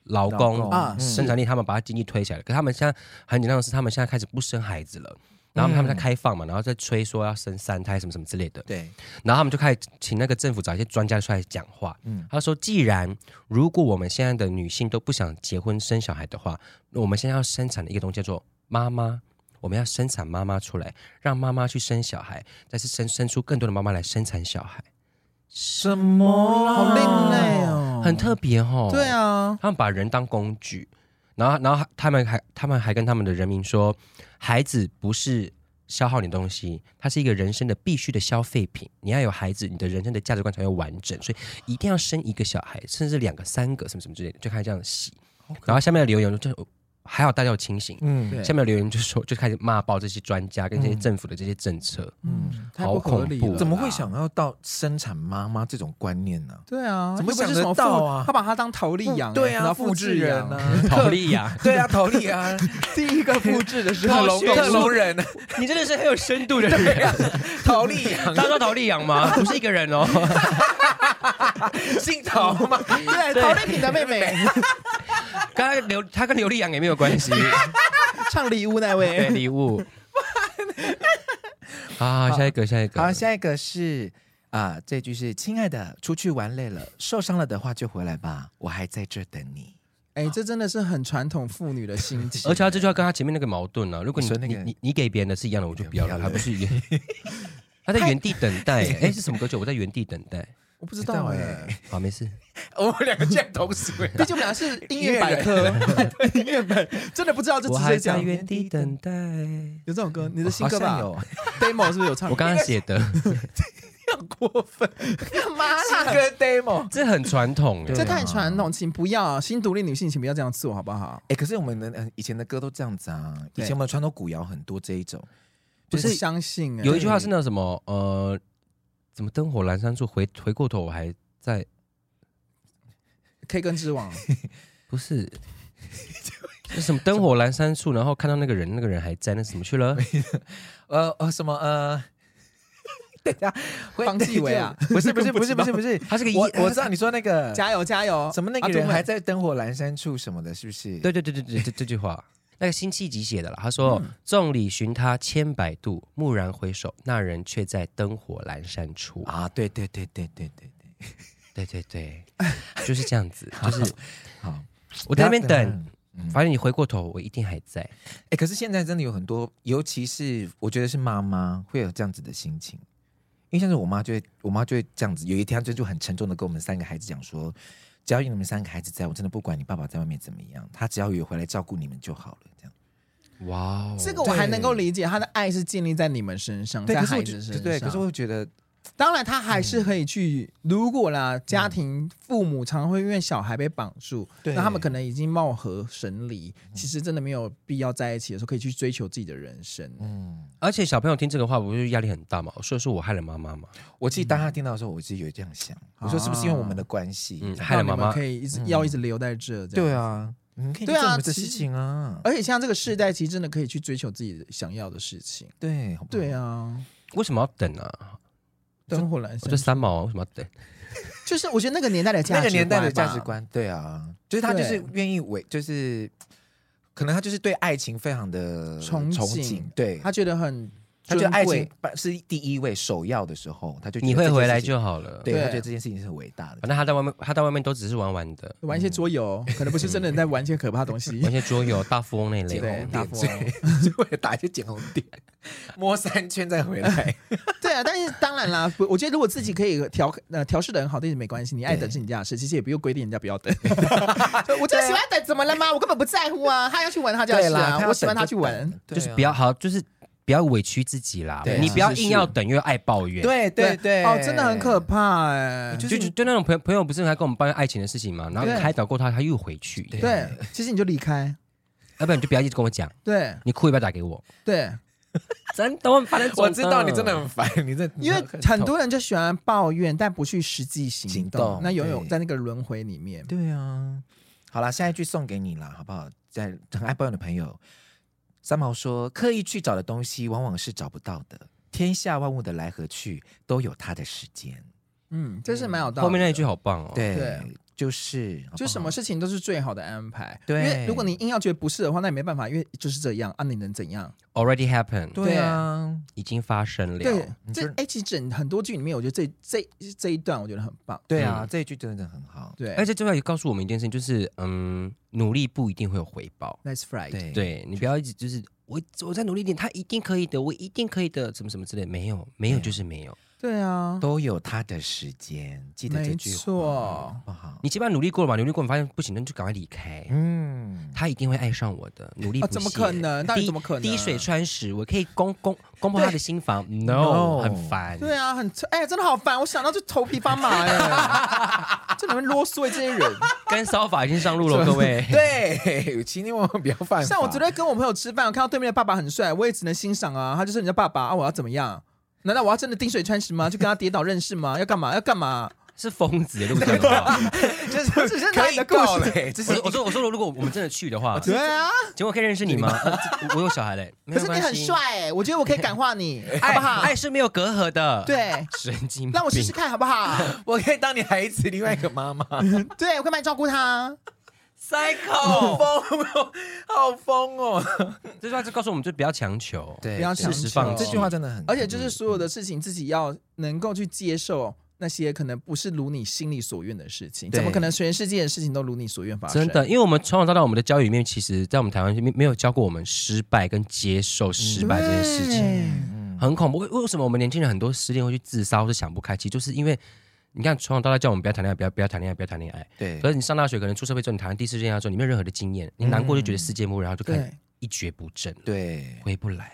S3: 劳
S2: 劳
S3: 工
S2: 工嗯
S1: 啊是
S3: 生产力，他们把他经济推起来了。可他们现在很紧张的是，他们现在开始不生孩子了。然后他们在
S1: 嗯
S3: 开放嘛，然后在吹说要生三胎什么什么之类的，
S2: 对，
S3: 然后他们就开始请那个政府找一些专家出来讲话。
S2: 嗯
S3: 他说，既然如果我们现在的女性都不想结婚生小孩的话，那我们现在要生产的一个东西叫做妈妈，我们要生产妈妈出来，让妈妈去生小孩，但是生生出更多的妈妈来生产小孩，
S2: 什么
S1: 好另类，哦，
S3: 很特别哦。
S1: 对，啊，
S3: 他们把人当工具，然后然后他们还他们还跟他们的人民说，孩子不是。消耗你的东西，它是一个人生的必须的消费品。你要有孩子，你的人生的价值观才会完整，所以一定要生一个小孩，甚至两个、三个，什么什么之类的，就开始这样洗。然后下面的留言就还好，大家有清醒。
S2: 嗯
S1: 对
S3: 下面的留言就说，就开始骂爆这些专家跟这些政府的这些政策。
S1: 嗯，太
S3: 好
S1: 不合
S3: 恐
S1: 理
S3: 怖
S1: 了
S2: 怎么
S1: 啦
S2: 会想要到生产妈妈这种观念呢？
S1: 对啊，
S2: 怎么
S1: 又不是
S2: 想
S1: 什
S2: 得
S1: 么
S2: 到
S1: 复
S2: 啊
S1: 他把它当头利养欸，
S2: 对
S1: 然
S2: 啊，
S1: 后
S2: 复
S1: 复制
S2: 制人
S1: 羊
S2: 呢？？ *laughs*
S3: 陶丽呀，
S2: 对啊，头利 *laughs* 啊，
S1: 第一个复制的时
S3: 特
S1: 候，
S3: 龙
S2: 特
S3: 龙
S2: 隆人，
S3: 你真的是很有深度的人。
S2: 头 *laughs* 利啊，
S3: *laughs* 大家知道陶丽阳吗？不是一个人哦。 *laughs*
S2: 姓陶吗？
S1: *laughs*
S2: *laughs*
S1: 对，陶丽萍的妹妹 *laughs*
S3: 刚才刘他跟刘丽阳也没有关系，
S1: 唱礼物那
S3: 对
S1: 位，
S3: 礼物。 *laughs* 啊，下一个，下一个。
S2: 好，下一个是啊、这句是“亲爱的，出去玩累了，受伤了的话就回来吧，我还在这等你。
S1: 哎，这真的是很传统妇女的心情，
S3: 而且他这就要跟他前面那个矛盾啊了、如果你
S2: 你说那个
S3: 你你你给别人的是一样的，我就不要
S2: 不
S3: 了，
S2: 要了
S3: 还不是一样。 *laughs* 他在原地等待、哎、是什么歌曲？我在原地等待。
S1: 我不知道
S2: 不知道
S1: 哎
S2: 哎。
S1: *laughs*
S3: 好，没事。”
S2: *laughs* 我们两个竟然同时回
S1: 毕竟我们俩是
S2: *laughs*
S1: 音乐百科，音乐本 *laughs* 真的不知道就
S3: 我
S1: 直
S3: 还
S1: 接
S3: 在
S1: 讲。
S3: 原地等待。
S1: 有这种歌，你
S2: 你
S1: 的新歌吧
S2: 嗯
S1: *laughs*
S2: 有，
S1: ？demo 是不是有唱？
S3: 我刚刚写的，
S2: 很过分，
S1: 干嘛
S2: 这
S1: 啦？
S2: 个 demo。
S3: 这很传统
S2: 对
S1: 这
S3: 哎。
S1: 太传统，请不要，新独立女性，请不要这样做，好不好？
S2: 哎、可是我们的呃以前的歌都这样子啊，以
S1: 对
S2: 前我们传统古谣很多这一种，
S1: 不
S3: 是
S1: 相信欸
S3: 有一句话是那什么呃，怎么灯火阑珊处，回回过头我还在，
S1: K 跟之王，
S3: 不是。是什么灯火阑珊处，然后看到那个人，那个人还在，那是什么去了？
S2: 呃呃什么呃，等一下， *laughs* 会
S1: 方季韦啊？
S2: *laughs* 不是不是不是不是不是，
S3: 他是个
S2: 我
S3: 一
S2: 我知道你说那
S1: *laughs*
S2: 个
S1: 加油加油！啊
S2: 什么那
S1: 阿
S2: 个
S1: 杜
S2: 人
S1: 妹
S2: 还在灯火阑珊处什么的，是不是？
S3: 对对对对对，这这句话，那个辛弃疾写的了。他说：“众里寻他千百度，蓦然回首，那人却在灯火阑珊处。
S2: 啊，对对对对对对对，”
S3: 对对对，就是这样子，就是
S2: 好，
S3: 我在那边
S2: 不要
S3: 等，。
S2: 嗯
S3: 发现你回过头，我一定还在。
S2: 哎、可是现在真的有很多，尤其是我觉得是妈妈会有这样子的心情，因为像是我妈就会，我妈就会这样子。有一天，她就就很沉重的跟我们三个孩子讲说，只要有你们三个孩子在，我真的不管你爸爸在外面怎么样，他只要有回来照顾你们就好了。这样
S3: 哇哦，
S1: 这个我还
S2: 对
S1: 能够理解，他的爱是建立在你们身上，
S2: 对，
S1: 在
S2: 可是
S1: 孩
S2: 我
S1: 子
S2: 觉
S1: 身
S2: 得
S1: 上。
S2: 对，可是我会觉得
S1: 当然，他还是可以去。
S2: 嗯
S1: 如果啦，家庭父母常会因为小孩被绑住，
S2: 对嗯
S1: 那他们可能已经貌合神离，其实真的没有必要在一起的时候，可以去追求自己的人生。
S2: 嗯
S3: 而且小朋友听这个话，不是压力很大嘛？我说是我害了妈妈嘛？
S2: 我其实
S1: 嗯
S2: 当他听到的时候，我自己有这样想，我说是不是因为我
S1: 啊
S2: 们的关系？
S3: 嗯，
S1: 那
S3: 害了
S1: 你
S3: 妈
S1: 们
S3: 妈
S1: 可。以一直要一直留在这，这样
S2: 嗯对。啊，你们可以
S1: 对
S2: 做
S1: 啊
S2: 你们的
S1: 其
S2: 事
S1: 实
S2: 情啊，
S1: 而且像这个世代，其实真的可以去追求自己想要的事情。
S2: 对
S1: 对
S2: 啊，
S1: 啊，
S3: 为什么要等啊？
S1: 灯火阑
S3: 我这
S1: 珊，
S3: 三毛为什么要等？
S1: 就是我觉得那个年代的价值啊
S2: 那个年代的
S1: 吧
S2: 价值，观，对啊，就是他就是愿意为，就是可能他就是对爱情非常的
S1: 憧憬
S2: 憬，对，
S1: 他觉得很
S2: 他觉得爱
S1: 尊
S2: 情
S1: 贵
S2: 是第一位首要的时候，他就觉得
S3: 你会
S2: 这件
S3: 回来
S2: 事情
S3: 就好了。
S2: 对，
S1: 对
S2: 他觉得这件事情是很伟大
S3: 反
S2: 的。
S3: 正他在外面，他在外面都只是玩玩的，
S1: 玩一些桌
S2: *laughs*
S1: 游，可能不是真的在玩一些可怕的东西
S3: 玩。一些桌游、大富翁那一类。
S1: 对，大富
S2: 所
S1: 翁。
S2: 以就 *laughs* 为了打一些捡红点，摸三圈再回来。
S1: *laughs* 对啊，但是当然啦，不我觉得如果自己可以调呃调试的很好，但是没关系，你爱等是你家的事，其实也不用规定人家不要等。 *laughs* 我真的喜欢等，怎么了吗？我根本不在乎啊，他要去玩他就要去
S2: 啦，
S1: 啊，
S2: 要
S1: 我喜欢
S2: 等
S1: 他去
S2: 就
S1: 玩。
S2: 等，
S3: 就是
S2: 对啊
S3: 不要好，就是不要委屈自己啦
S2: 对。
S3: 你不要
S1: 是
S3: 硬
S1: 是
S3: 要等，又爱抱怨。
S2: 对对对，
S1: 哦，真的很可怕哎。
S2: 就
S3: 就是就
S2: 你
S3: 就那种朋友朋友不是还跟我们抱怨爱情的事情嘛，然后
S1: 对
S3: 开导过他，他又回去，
S1: 对，其实你就离开。
S3: 要不然你就不要一直跟我讲，
S1: 对
S3: 你哭也不要打给我，
S1: 对，
S3: 真的我很烦那种
S2: 我知道你真的很烦，你这
S1: 因为很多人就喜欢抱怨，但不去实际行动，
S2: 行动
S1: 那永远
S2: 对
S1: 在那个轮回里面。
S2: 对啊，好啦，下一句送给你啦，好不好？在很爱抱怨的朋友，三毛说：“刻意去找的东西，往往是找不到的。天下万物的来和去，都有它的时间。
S1: 嗯，这是蛮有道理的。
S3: 后面那一句好棒哦，，
S2: 对，
S1: 对
S2: 就是好不好
S1: 就什么事情都是最好的安排。
S2: 对
S1: 因为如果你硬要觉得不是的话，那也没办法，因为就是这样啊，你能怎样？
S3: already happened，
S2: 对啊，
S3: 已经发生
S1: 对
S3: 了，，
S2: 你
S1: 这
S2: 就
S1: 哎，其实整很多剧里面，我觉得这这这一段我觉得很棒。
S2: 对啊，这一句真的很好。
S1: 嗯对，
S3: 而且这句话也告诉我们一件事情，就是嗯，努力不一定会有回报，
S1: Nice Friday，
S2: 对
S3: 对你不要一直就是我我再努力一点，他一定可以的，我一定可以的，什么什么之类，没有没有就是没有，
S1: 对啊，
S2: 都有它的时间，记得这句
S1: 没
S2: 话，
S1: 错
S2: 好不好？
S3: 你基本上努力过了嘛，努力过你发现不行，那就赶快离开，
S2: 嗯，
S3: 他一定会爱上我的，努力
S1: 啊，
S3: 不懈
S1: 怎么可能？到底
S3: 滴
S1: 怎么可能？
S3: 滴水。穿石，我可以攻攻攻破他的心房，no，
S2: No
S3: 很烦。
S1: 对啊，很哎，真的好烦，我想到就头皮发麻
S2: *laughs*
S1: 哎，这里面啰嗦的这些人。
S3: 跟骚法已经上
S1: *laughs*
S3: 路了，各位。
S1: 啊
S2: 对， *laughs* 请你万万不要犯法。
S1: 像我昨天跟我朋友吃饭，我看到对面的爸爸很帅，我也只能欣赏啊。他就是人家爸爸啊，我要怎么样？难道我要真的滴水穿石吗？就跟他跌倒认识吗？要干嘛？要干嘛？
S3: 是疯子耶，如果这样的话，
S1: *laughs* 就是我只是拿
S2: 可
S1: 你
S2: 以
S1: 的故
S2: 告
S1: 事。
S2: 嘞，这是
S3: 我说我说我说，如果我们真的去的
S1: *laughs*
S3: 话，
S1: 对啊，
S3: 结果可以认识
S1: *laughs*
S3: 你吗？呃这我我有小孩嘞，没
S1: 可
S3: 有
S1: 是你
S3: 关系
S1: 很，帅哎，我觉得我可以感化
S2: *laughs*
S1: 你，好
S3: 爱
S1: 不好？
S3: 爱是没有隔阂的，，
S1: 对，
S3: 神经病，
S1: 让我试试看好不好？
S2: 我可以当你孩子另外一个妈妈。
S1: 对，我会帮你照顾他。
S2: 好
S3: ，psycho，
S2: 疯哦，好疯哦！
S3: 这句话就告诉我们，就不要强求，
S2: 对
S1: 不要
S3: 事
S1: 强求
S3: 实放弃
S2: 这句话真的很，
S1: 而且就是所有的事情自己要能够去接受。那些可能不是如你心里所愿的事情，
S2: 对
S1: 怎么可能全世界的事情都如你所愿发生？
S3: 真的，因为我们从小到大，我们的教育里面，其实，在我们台湾没没有教过我们失败跟接受失败这件事情。
S1: 情，
S2: 嗯，
S3: 很恐怖。为为什么我们年轻人很多失恋会去自杀或是想不开？其实就是因为你看从小到大叫我们不要谈恋爱，不要不要谈恋爱，不要谈恋爱。
S2: 对
S3: 可，是你上大学，可能出社会之后，你谈完第四次恋爱之后，你没有任何的经验，你难过就觉得世界末日，然后就可能
S1: 对，
S3: 一蹶不振，
S2: 对，
S3: 回不来。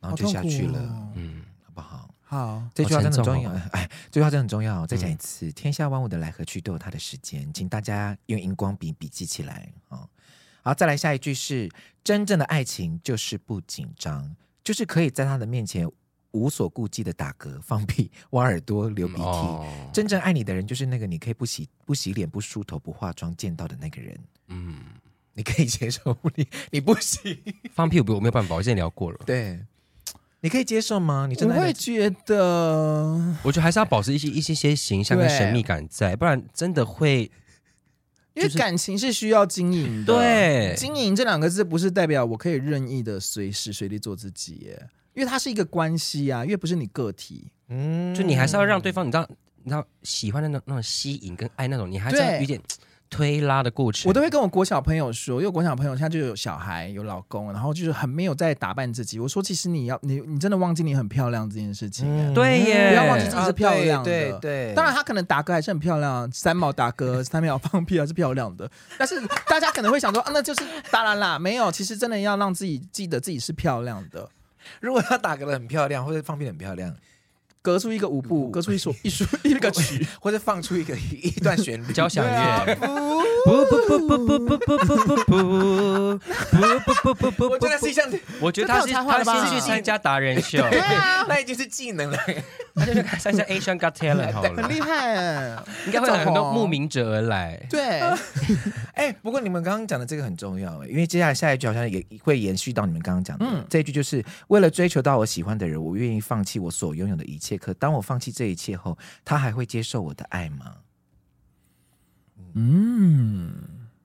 S2: 然后就下去
S1: 好痛苦
S2: 了，
S1: 哦
S3: 嗯，
S2: 好不好？
S1: 好，
S2: 这句话真的很重要
S3: 好沉重，
S2: 哎，这句话真的很重要。再讲一次，天下万物的来和去都有它的时间，请大家用荧光笔笔记起来啊、哦好，再来下一句是：真正的爱情就是不紧张，就是可以在他的面前无所顾忌的打嗝、放屁、挖耳朵、流鼻涕。
S3: 哦，
S2: 真正爱你的人，就是那个你可以不洗不洗脸、不梳头、不化妆见到的那个人。
S3: 嗯，
S2: 你可以接受 *laughs* 你，你不行。
S3: 放屁我不我没有办法，我之前聊过了，
S2: 对，你可以接受吗？你真
S1: 我
S2: 的爱
S1: 会
S2: 你
S1: 觉得，
S3: 我觉得还是要保持一些一些些形象跟
S1: 对
S3: 神秘感在，不然真的会
S1: 因为
S3: 就是
S1: 感情是需要经营的。
S3: 对
S1: 经营这两个字不是代表我可以任意的随时随地做自己耶，因为它是一个关系啊，因为不是你个体。
S2: 嗯
S3: 就你还是要让对方，你知道，你知道喜欢的那种那种吸引跟爱那种，你还是
S1: 对
S3: 要有点推拉的过程。
S1: 我都会跟我国小朋友说，因为我国小朋友现在就有小孩、有老公，然后就是很没有在打扮自己。我说，其实你要你你真的忘记你很漂亮这件事情
S2: 嗯
S1: 耶。
S3: 对耶啊
S1: 不要忘记自己是漂亮的。
S2: 对对，
S1: 当然，她可能打嗝还是很漂亮，三毛打 *laughs* 嗝、三秒放屁还是漂亮的。但是大家可能会想说，啊、那就是哒啦啦，没有。其实真的要让自己记得自己是漂亮的，
S2: 如果他打嗝的很漂亮，或者放屁得很漂亮， *laughs*
S1: 隔出一个舞步，隔出一首一首 *laughs* 一个曲。
S2: 或者放出一个一段旋律，
S3: 交响
S1: 啊
S3: 乐，
S2: 不 *laughs* 不不不不不不不不不，
S3: 不不不不
S2: 啊我觉得是像，
S3: 我觉得
S1: 这
S3: 他
S1: 太
S3: 是
S1: 有才华
S3: 他
S1: 了吧
S3: 是去参加达人秀，
S2: 那已经是技能了。
S3: 他就去参加 Asian Got Talent 好
S1: 很
S3: 了，
S1: 厉害，
S3: 应该会有很多慕名者而来。
S1: 对，
S2: 哎，不过你们刚刚讲的这个很重要，哎，因为接下来下一句好像也会延续到你们刚刚讲的，
S1: 嗯
S2: 这一句就是为了追求到我喜欢的人，我愿意放弃我所拥有的一切。可当我放弃这一切后，他还会接受我的爱吗？
S1: 嗯，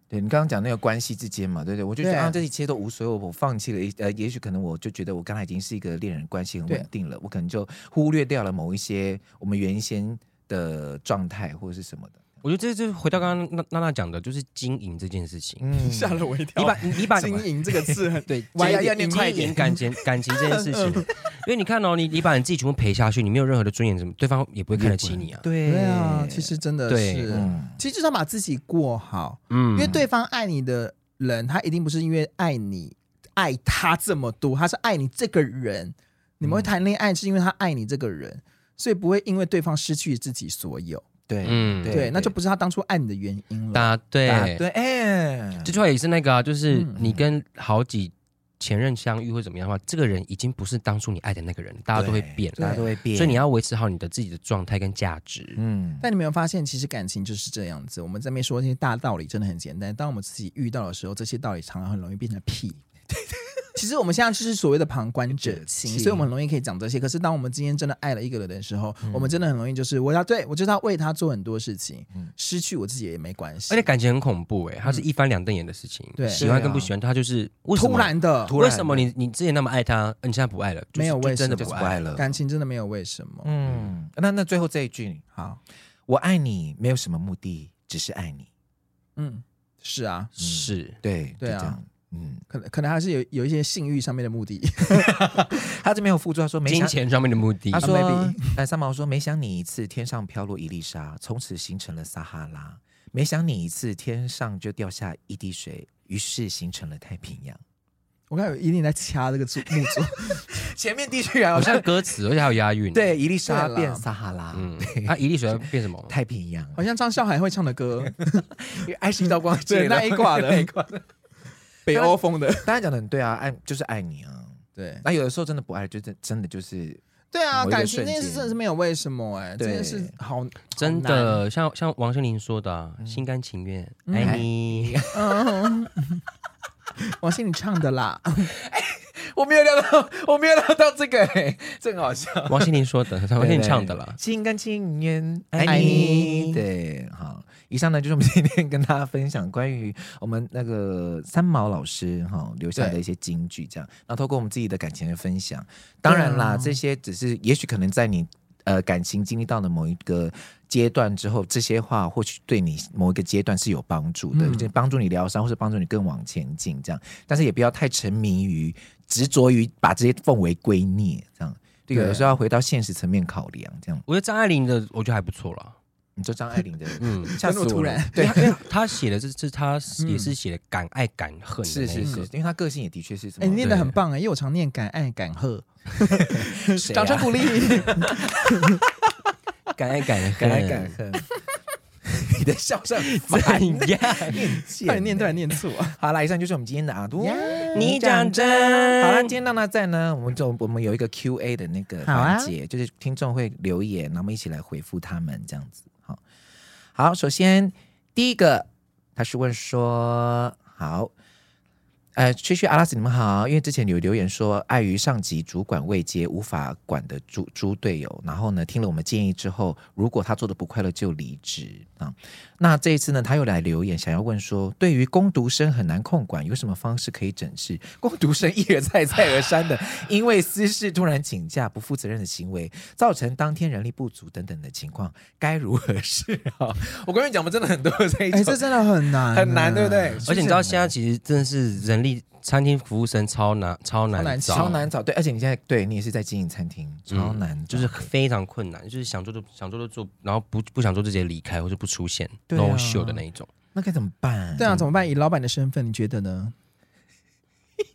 S2: 对你刚刚讲那个关系之间嘛，对不对？我就觉得
S1: 对
S2: 啊，这一切都无所谓，我放弃了一呃，也许可能我就觉得我刚才已经是一个恋人关系很稳
S1: 对
S2: 定了，我可能就忽略掉了某一些我们原先的状态或者是什么的。
S3: 我觉得这就是回到刚刚娜娜娜讲的，就是经营这件事情。
S1: *laughs*
S2: 嗯，
S1: 吓了我一跳。
S3: 你把你你把
S1: 经营这个字 *laughs* 很
S3: 对，
S1: 我要
S3: 经营
S1: 要念快一点
S3: 经营感情感情这件事
S1: *laughs*
S3: 情，因为你看哦，你你把你自己全部赔下去，你没有任何的尊严，什么对方也不会看得起你啊。
S2: 对
S1: 对啊，其实真的
S3: 对
S1: 是，
S2: 嗯，
S1: 其实就是要把自己过好，
S3: 嗯，
S1: 因为对方爱你的人，他一定不是因为爱你爱他这么多，他是爱你这个人。你们会谈恋爱是因为他爱你这个人，所以不会因为对方失去自己所有。
S2: 对，
S3: 嗯
S2: 对
S1: 对，那就不是他当初爱你的原因了。
S3: 答对
S2: 答对，哎，
S3: 这句话也是那个啊，就是
S1: 嗯
S3: 你跟好几前任相遇或怎么样的话，这个人已经不是当初你爱的那个人，大家都会变，
S2: 大家都会变，
S3: 所以你要维持好你的自己的状态跟价值。
S2: 嗯，
S1: 但你有没有发现，其实感情就是这样子。我们在面说这些大道理真的很简单，当我们自己遇到的时候，这些道理常常很容易变成屁。其实我们现在就是所谓的旁观者清，
S2: 是
S1: 所以我们很容易可以讲这些。可是当我们今天真的爱了一个人的时候，我
S3: 嗯
S1: 们真的很容易就是我要对我就是要为他做很多事情，失去我自己也没关系。
S3: 而且感情很恐怖哎、它是一翻两瞪眼的事情。
S1: 对
S3: 喜欢跟不喜欢，他就是为什么
S1: 突然的
S2: 突然
S3: 为什么你你之前那么爱他，呃你现在不爱了？就是
S1: 没有
S3: 就
S1: 为什
S3: 真
S1: 么
S3: 的
S2: 就是
S3: 不
S2: 不
S3: 爱了。
S2: 爱了。
S1: 感情真的没有为什么。
S2: 嗯，那那最后这一句，
S1: 好，
S2: 我爱你没有什么目的，只是爱你。
S1: 嗯，是啊，
S3: 是，
S2: 对，就
S1: 对啊
S2: 这样。嗯，
S1: 可能可能还是有有一些性欲上面的目的。 *laughs*
S2: 他这边有附注，他说没
S3: 金
S2: 想
S3: 钱上面的目的
S2: 他。说
S1: maybe，
S2: 哎，三毛说没想你一次，天上飘落一粒沙，从此形成了撒哈拉；没想你一次，天上就掉下一滴水，于是形成了太平洋。
S1: 我看有一定在掐这个字
S3: *laughs*
S1: 木桌，
S2: 前面地区啊
S3: 好像歌词，而且还有押
S2: *laughs*
S3: 韵。，
S2: 对一粒沙
S1: 对啦
S2: 变撒哈拉，
S3: 嗯，他一粒水要变什么？
S2: *laughs* 太平洋，
S1: 好像张韶涵会唱的歌，
S2: 因为 *laughs* 爱是一道光，
S1: 对那一挂的
S2: 那一挂的。
S1: 北欧风的。
S2: 大家讲的很对啊，爱就是爱你啊。
S1: 对，
S2: 那有的时候真的不爱，就真真的就是
S1: 对啊，
S2: 某一个
S1: 感情
S2: 瞬
S1: 这件事
S2: 间
S1: 真的是没有为什么哎、这
S2: 对
S1: 件事好
S3: 真，
S1: 好
S3: 的，像像王心凌说的啊，心甘情愿爱你。
S2: *laughs*
S1: 难王心凌唱的啦，
S2: 我没有料到， *laughs* 我没有料到这个、欸，这很好笑。 *laughs*
S3: 王心凌说的，王心凌唱的
S2: 对
S3: 啦。
S2: 心甘情愿
S1: 爱
S2: 爱
S1: 你
S2: 你。对，好，以上呢就是我们今 *laughs* 天跟大家分享关于我们那个三毛老师哈、留下的一些金句，这样，然后透过我们自己的感情的分享，当然
S3: 啊
S2: 啦，这些只是也许可能在你。呃，感情经历到的某一个阶段之后，这些话或许对你某一个阶段是有帮助的，
S3: 嗯
S2: 就是帮助你疗伤，或是帮助你更往前进这样。但是也不要太沉迷于执着于把这些奉为圭臬，这样。对，有的时候要回到现实层面考量，这样。
S3: 我觉得张爱玲的，我觉得还不错啦。
S2: 你说张爱玲
S1: *laughs*
S2: 的，
S3: 嗯，
S2: 吓死我了
S1: 突然
S2: 对，
S3: 因为他写的这这他也是
S1: 嗯写
S3: 写的敢爱敢恨的
S2: 是是是，因为她个性也的确是什么，
S1: 哎，你念的
S3: 对
S1: 很棒哎，因为我常念敢爱敢恨，
S2: *laughs* 谁啊
S1: 掌声鼓
S2: *laughs*
S1: 励。
S3: 敢爱敢恨，
S2: 敢爱敢
S1: *laughs*
S2: 恨。 *laughs* 你的笑声很烦
S3: 怎样？
S1: 突然念，突然念错，
S2: *laughs* 好啦，以上就是我们今天的阿都。
S3: 你讲真，
S2: 好了，今天让他在呢，我们就我们有一个 Q A 的那个
S1: 好啊
S2: 环节，就是听众会留言，那我们一起来回复他们这样子。好，好，首先第一个，他是问说，好，呃，区区阿拉斯你们好，因为之前有留言说，碍于上级主管未接，无法管的猪猪队友，然后呢，听了我们建议之后，如果他做的不快乐就离职啊。那这一次呢，他又来留言，想要问说，对于攻读生很难控管，有什么方式可以整治？攻读生一而再、再而三的因为私事突然请假、不负责任的行为，造成当天人力不足等等的情况，该如何是 *laughs* 好？我跟你讲，我们真的很多这一种、
S1: 哎，这真的很难，
S2: 很难，对不对？？
S3: 啊而且你知道现在其实真的是人力餐厅服务生超难超
S1: 超难
S3: 难
S1: 找
S2: 超
S3: 找，
S2: 难找，对，而且你现在对你也是在经营餐厅，超难找、
S3: 嗯就是非常困难，就是想做就想做就做，然后不不想做就直接离开或者不出现
S2: 对啊
S3: ，no show 的那一种，
S2: 那该怎么办？
S1: 对啊，怎么办？以老板的身份，你觉得呢？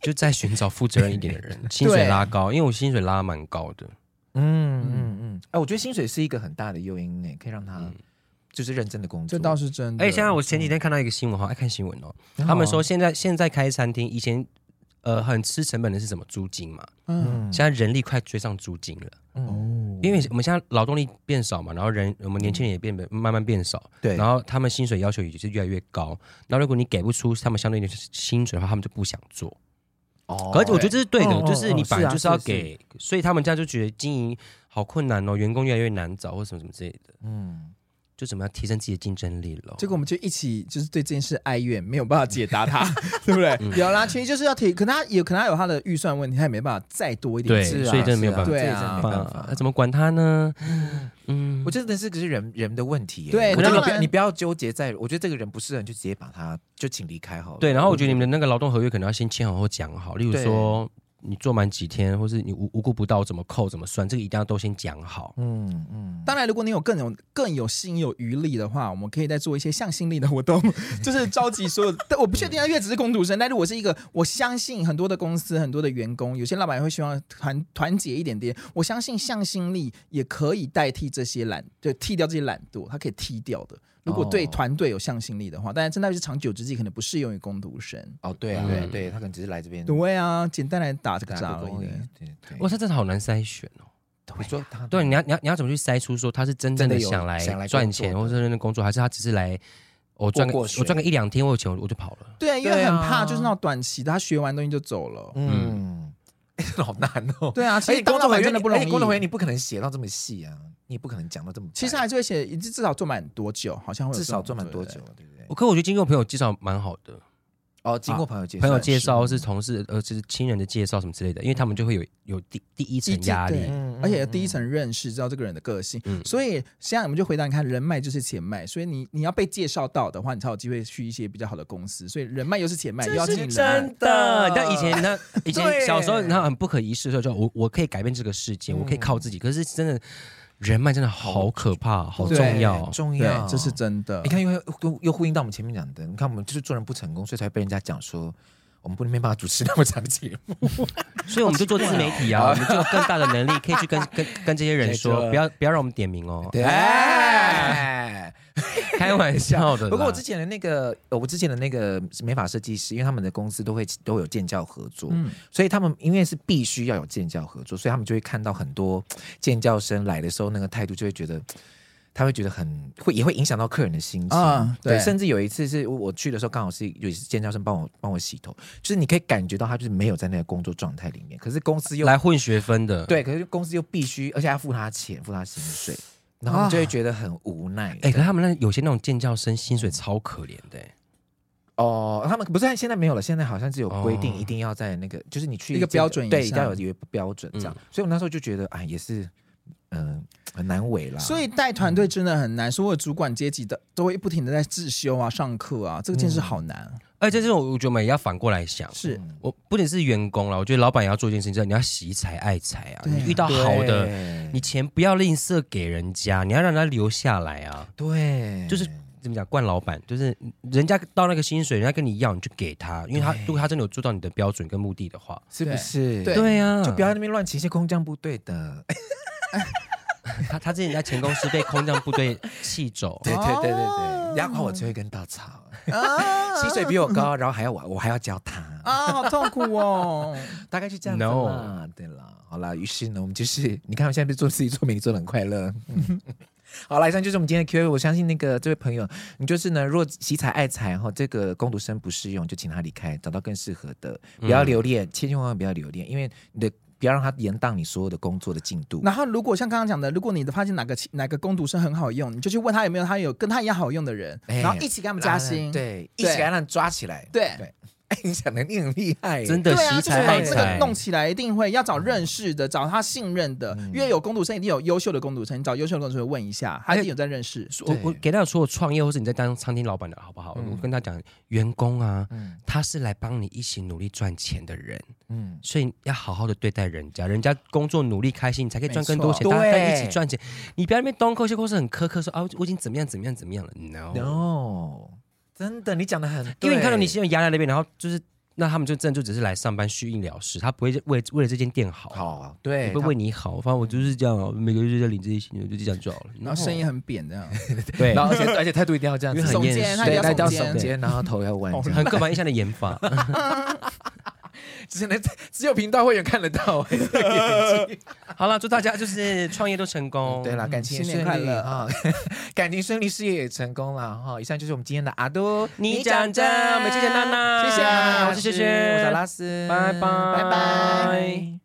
S3: 就在寻找负责任一点的
S2: *laughs*
S3: 人，薪水拉高，因为我薪水拉得蛮高的，
S2: 嗯嗯嗯，哎、我觉得薪水是一个很大的诱因欸诶，可以让他
S3: 嗯
S2: 就是认真的工作。
S1: 这倒是真的。
S3: 而且哎现在我前几天看到一个新闻，好爱看新闻哦，
S2: 很好啊
S3: 他们说，现在现在开餐厅，以前呃很吃成本的是什么租金嘛，
S1: 嗯，
S3: 现在人力快追上租金了，
S2: 嗯，
S1: 哦
S3: 因为我们现在劳动力变少嘛，然后人我们年轻人也变得慢慢变少，
S2: 对，
S3: 然后他们薪水要求也是越来越高，然后如果你给不出他们相对应的薪水的话，他们就不想做。
S2: 哦
S3: 而且我觉得这是对
S2: 哦
S3: 的，
S2: 哦
S3: 就是你
S2: 哦
S3: 本
S2: 是
S3: 来
S2: 啊
S3: 就是要
S2: 是是
S3: 给，所以他们这样就觉得经营好困难哦，员工越来越难找或什么什么之类的，
S2: 嗯，
S3: 就怎么样提升自己的竞争力咯。
S1: 结果我们就一起就是对这件事哀怨，没有办法解答他，对不对？有啦，其实就是要提，可能他有可能他有他的预算问题，他也没办法再多一点
S3: 对
S1: 钱。
S2: 是啊，
S3: 所以真的没有办法
S2: 是啊
S1: 对
S2: 这也
S1: 啊
S2: 真的没办法
S3: 那。怎么管他呢？嗯，
S2: 我觉得这是个是人人的问题耶，
S1: 对
S2: 我觉得你
S1: 当
S2: 不要
S1: 然
S2: 你不要纠结在，我觉得这个人不适合，你就直接把他就请离开好了。
S3: 对，然后我觉得你们的那个劳动合约可能要先签好或讲好，例如
S2: 对
S3: 说你做满几天，或是你无无故不到怎么扣怎么算，这个一定要都先讲好。
S2: 嗯嗯，
S1: 当然，如果你有更有更有心有余力的话，我们可以再做一些向心力的活动， *laughs* 就是召集所有。但我不确定啊，因为只是工读生，但如果是一个，我相信很多的公司、很多的员工，有些老板也会希望团团结一点点。我相信向心力也可以代替这些懒，就剃掉这些懒惰，它可以踢掉的。如果对
S2: 哦
S1: 团队有向心力的话，当然，真的是长久之计，可能不适用于工读生。
S2: 哦对啊对
S3: 嗯
S2: 对，他可能只是来这边
S1: 对啊，简单来打这个
S2: 打
S1: 仗
S2: 个
S1: 而
S2: 工
S1: 已
S2: 而已
S1: 的。，
S2: 对对。
S3: 哇，这真的好难筛选哦。
S2: 你说他
S3: 对，你要你要你要怎么去筛出说他是真正的
S2: 真的有
S3: 想
S2: 想来
S3: 来
S2: 工作
S3: 赚钱，
S2: 的
S3: 或者认真工作，还是他只是来我赚个
S2: 过
S3: 我
S2: 过水
S3: 赚个一两天，我有钱我我就跑了。
S1: 对啊，因为
S2: 对
S1: 很
S2: 啊
S1: 怕就是那种短期的，他学完东西就走了。
S2: *laughs* 嗯，好难哦。
S1: 对啊，其
S2: 而
S1: 实
S2: 且
S1: 当
S2: 工
S1: 老
S2: 作
S1: 板
S2: 回
S1: 真的不容易。
S2: 工作回你不可能写到这么细啊，你也不可能讲到这么白。
S1: 其实还是会写，至至少做满多久，好像会有
S2: 至
S1: 这种
S2: 少做满多？
S1: 对
S2: 久
S1: 不对，
S2: 对不对
S3: 我？可我觉得经过朋友介绍蛮好的，
S2: 哦，经过朋友介绍，
S3: 啊朋友介绍或是同事呃就是亲人的介绍什么之类的，因为他们就会有有第第一层
S1: 一直
S3: 压力
S1: 对。
S2: 嗯嗯
S1: 而且第一层认识，知道这个人的个性，
S3: 嗯
S1: 所以现在我们就回答，你看人脉就是钱脉，所以你你要被介绍到的话，你才有机会去一些比较好的公司，所以人脉又是钱脉，又要进人脉。
S2: 的
S3: 但以前
S2: *laughs*
S3: 呢，以前
S2: 对嗯
S3: 小时候，然后很不可一世的时候，就我我可以改变这个世界，我可以靠自己。可是真的，人脉真的好可怕，好
S2: 对
S3: 重要
S2: 很。重要，
S1: 对，这是。真的
S2: 你。看，又又又呼应到我们前面讲的，你看我们就是做人不成功，所以才被人家讲说我们不能没办法主持那么长的节目。
S3: 所以我们就做自媒体啊，我们就有更大的能力，可以
S2: *laughs*
S3: 去跟跟跟这些人
S2: 没
S3: 说，
S2: 错
S3: 不要不要让我们点名哦，
S2: 哎，
S3: 开玩笑的啦。
S2: 不过我之前的那个，呃我之前的那个美发设计师，因为他们的公司都会都有建教合作，
S1: 嗯
S2: 所以他们因为是必须要有建教合作，所以他们就会看到很多建教生来的时候那个态度，就会觉得。他会觉得很会，也会影响到客人的心情。
S1: 啊
S2: 对，
S1: 对
S2: 甚至有一次是我去的时候，刚好是有一次建教生帮我帮我洗头，就是你可以感觉到他就是没有在那个工作状态里面，可是公司又
S3: 来混学分的，，
S2: 对，可是公司又必须，而且要付他钱，付他薪水，然后我们就会觉得很无奈。
S3: 哎，可是他们那有些那种建教生薪水超可怜的，欸
S2: 哦，他们不是现在没有了，现在好像是有规定，
S3: 哦
S2: 一定要在那个，就是你去
S1: 一个
S2: 这
S1: 标准以
S2: 对，
S1: 上
S2: 要有一个标准这样。所以我那时候就觉得，哎，也是，嗯、很难为啦。
S1: 所以带团队真的很难，所有主管阶级的都会不停的在自修啊、上课啊，这个件事好难。
S3: 而哎且这种我觉得我们也要反过来想，
S1: 是
S3: 我不仅是员工了，我觉得老板也要做一件事情，就是你要惜才爱才啊。
S1: 对啊
S3: 你遇到好的，
S2: 对
S3: 你钱不要吝啬给人家，你要让他留下来啊。
S2: 对，
S3: 就是怎么讲，惯老板就是人家到那个薪水，人家跟你要，你就给他，因为他
S2: 对
S3: 如果他真的有做到你的标准跟目的的话，
S2: 是不
S1: 对
S2: 是？哎
S1: 对
S3: 对啊呀、
S2: 就不要在那边乱起一些空降部队的。
S3: 他他之前在前公司被空降部队气走
S2: *laughs* ，对对对对对，
S1: 哦
S2: 人家夸我最后一根稻草，
S1: 啊
S2: 薪水比我高，然后还要我我还要教他，
S1: 啊，好痛苦哦！
S2: 大概就这样子
S3: No
S2: 啦。对了，好啦，于是呢，我们就是你看我现在不是做自己做媒体做的很快乐。嗯 *laughs* 好啦，以上就是我们今天的 Q&A。我相信那个这位朋友，你就是呢，若喜财爱财哈，这个攻读生不适用，就请他离开，找到更适合的，不
S3: 嗯
S2: 要留恋，千千万万不要留恋，因为你的不要让他延宕你所有的工作的进度。
S3: 嗯
S1: 然后如果像刚刚讲的，如果你发现哪个哪个攻读生很好用，你就去问他有没有他有跟他一样好用的人，
S2: 哎
S1: 然后一起给他们加薪。
S2: 对，一起给他让抓起来。
S1: 对
S2: 对，哎，你想的你很厉害耶，
S3: 真的
S1: 对啊，
S3: 惜
S1: 就是
S3: 才
S1: 把
S3: 爱
S1: 这
S3: 才
S1: 个。弄起来，一定会要找认识的，找他信任的，因为有攻读生一定有优秀的攻读生，你找优秀的攻读生问一下，他一定有在认识。
S3: 我我
S2: 对
S3: 给大家说，我创业或是你在当餐厅老板的好不好？我跟他讲，员工啊，
S2: 嗯
S3: 他是来帮你一起努力赚钱的人，
S2: 嗯，
S3: 所以要好好的对待人家，人家工作努力开心，你才可以赚更多
S1: 没
S3: 钱，
S2: 错
S3: 大家在
S2: 对
S3: 一起赚钱。你不要在那边东扣西扣，是很苛刻说啊，我已经怎么样怎么样怎么样了，no。
S2: no，真的，你讲的很对，
S3: 哦因为你看到你先用压在那边，然后就是那他们就真的就只是来上班虚应了事，他不会为为了这间店好，
S2: 好，对，
S3: 也不会为你好。反正我就是这样哦，每个月就在领这些薪水，我就这样就好了。
S1: 然后声音很扁这样，
S3: 对，
S2: 他然后而且而且态度一定要这样子
S3: 嗯因为，很
S1: 耸
S3: 厌
S1: 肩，
S3: 世
S1: 他
S2: 对，
S1: 也
S2: 那一定要
S1: 耸
S2: 耸
S1: 肩。
S2: 肩，然后头要弯 *laughs*
S1: 哦。
S2: 这样
S3: 很刻板印象的演法， *laughs*
S2: 只能只有频道会员看得
S3: *laughs*
S2: 到。哎
S3: 好了，祝大家就是创业都成功。
S2: 嗯对啦，感情也
S1: 新年
S2: 顺
S1: 快
S2: 利
S1: 乐
S2: 啊， *laughs* 感情顺利，事业也成功了哈。以上就是我们今天的阿都，
S3: 你讲真我们谢谢娜娜
S2: 谢谢，
S3: 我是轩轩
S2: 我是阿拉斯，
S3: 拜拜
S2: 拜拜。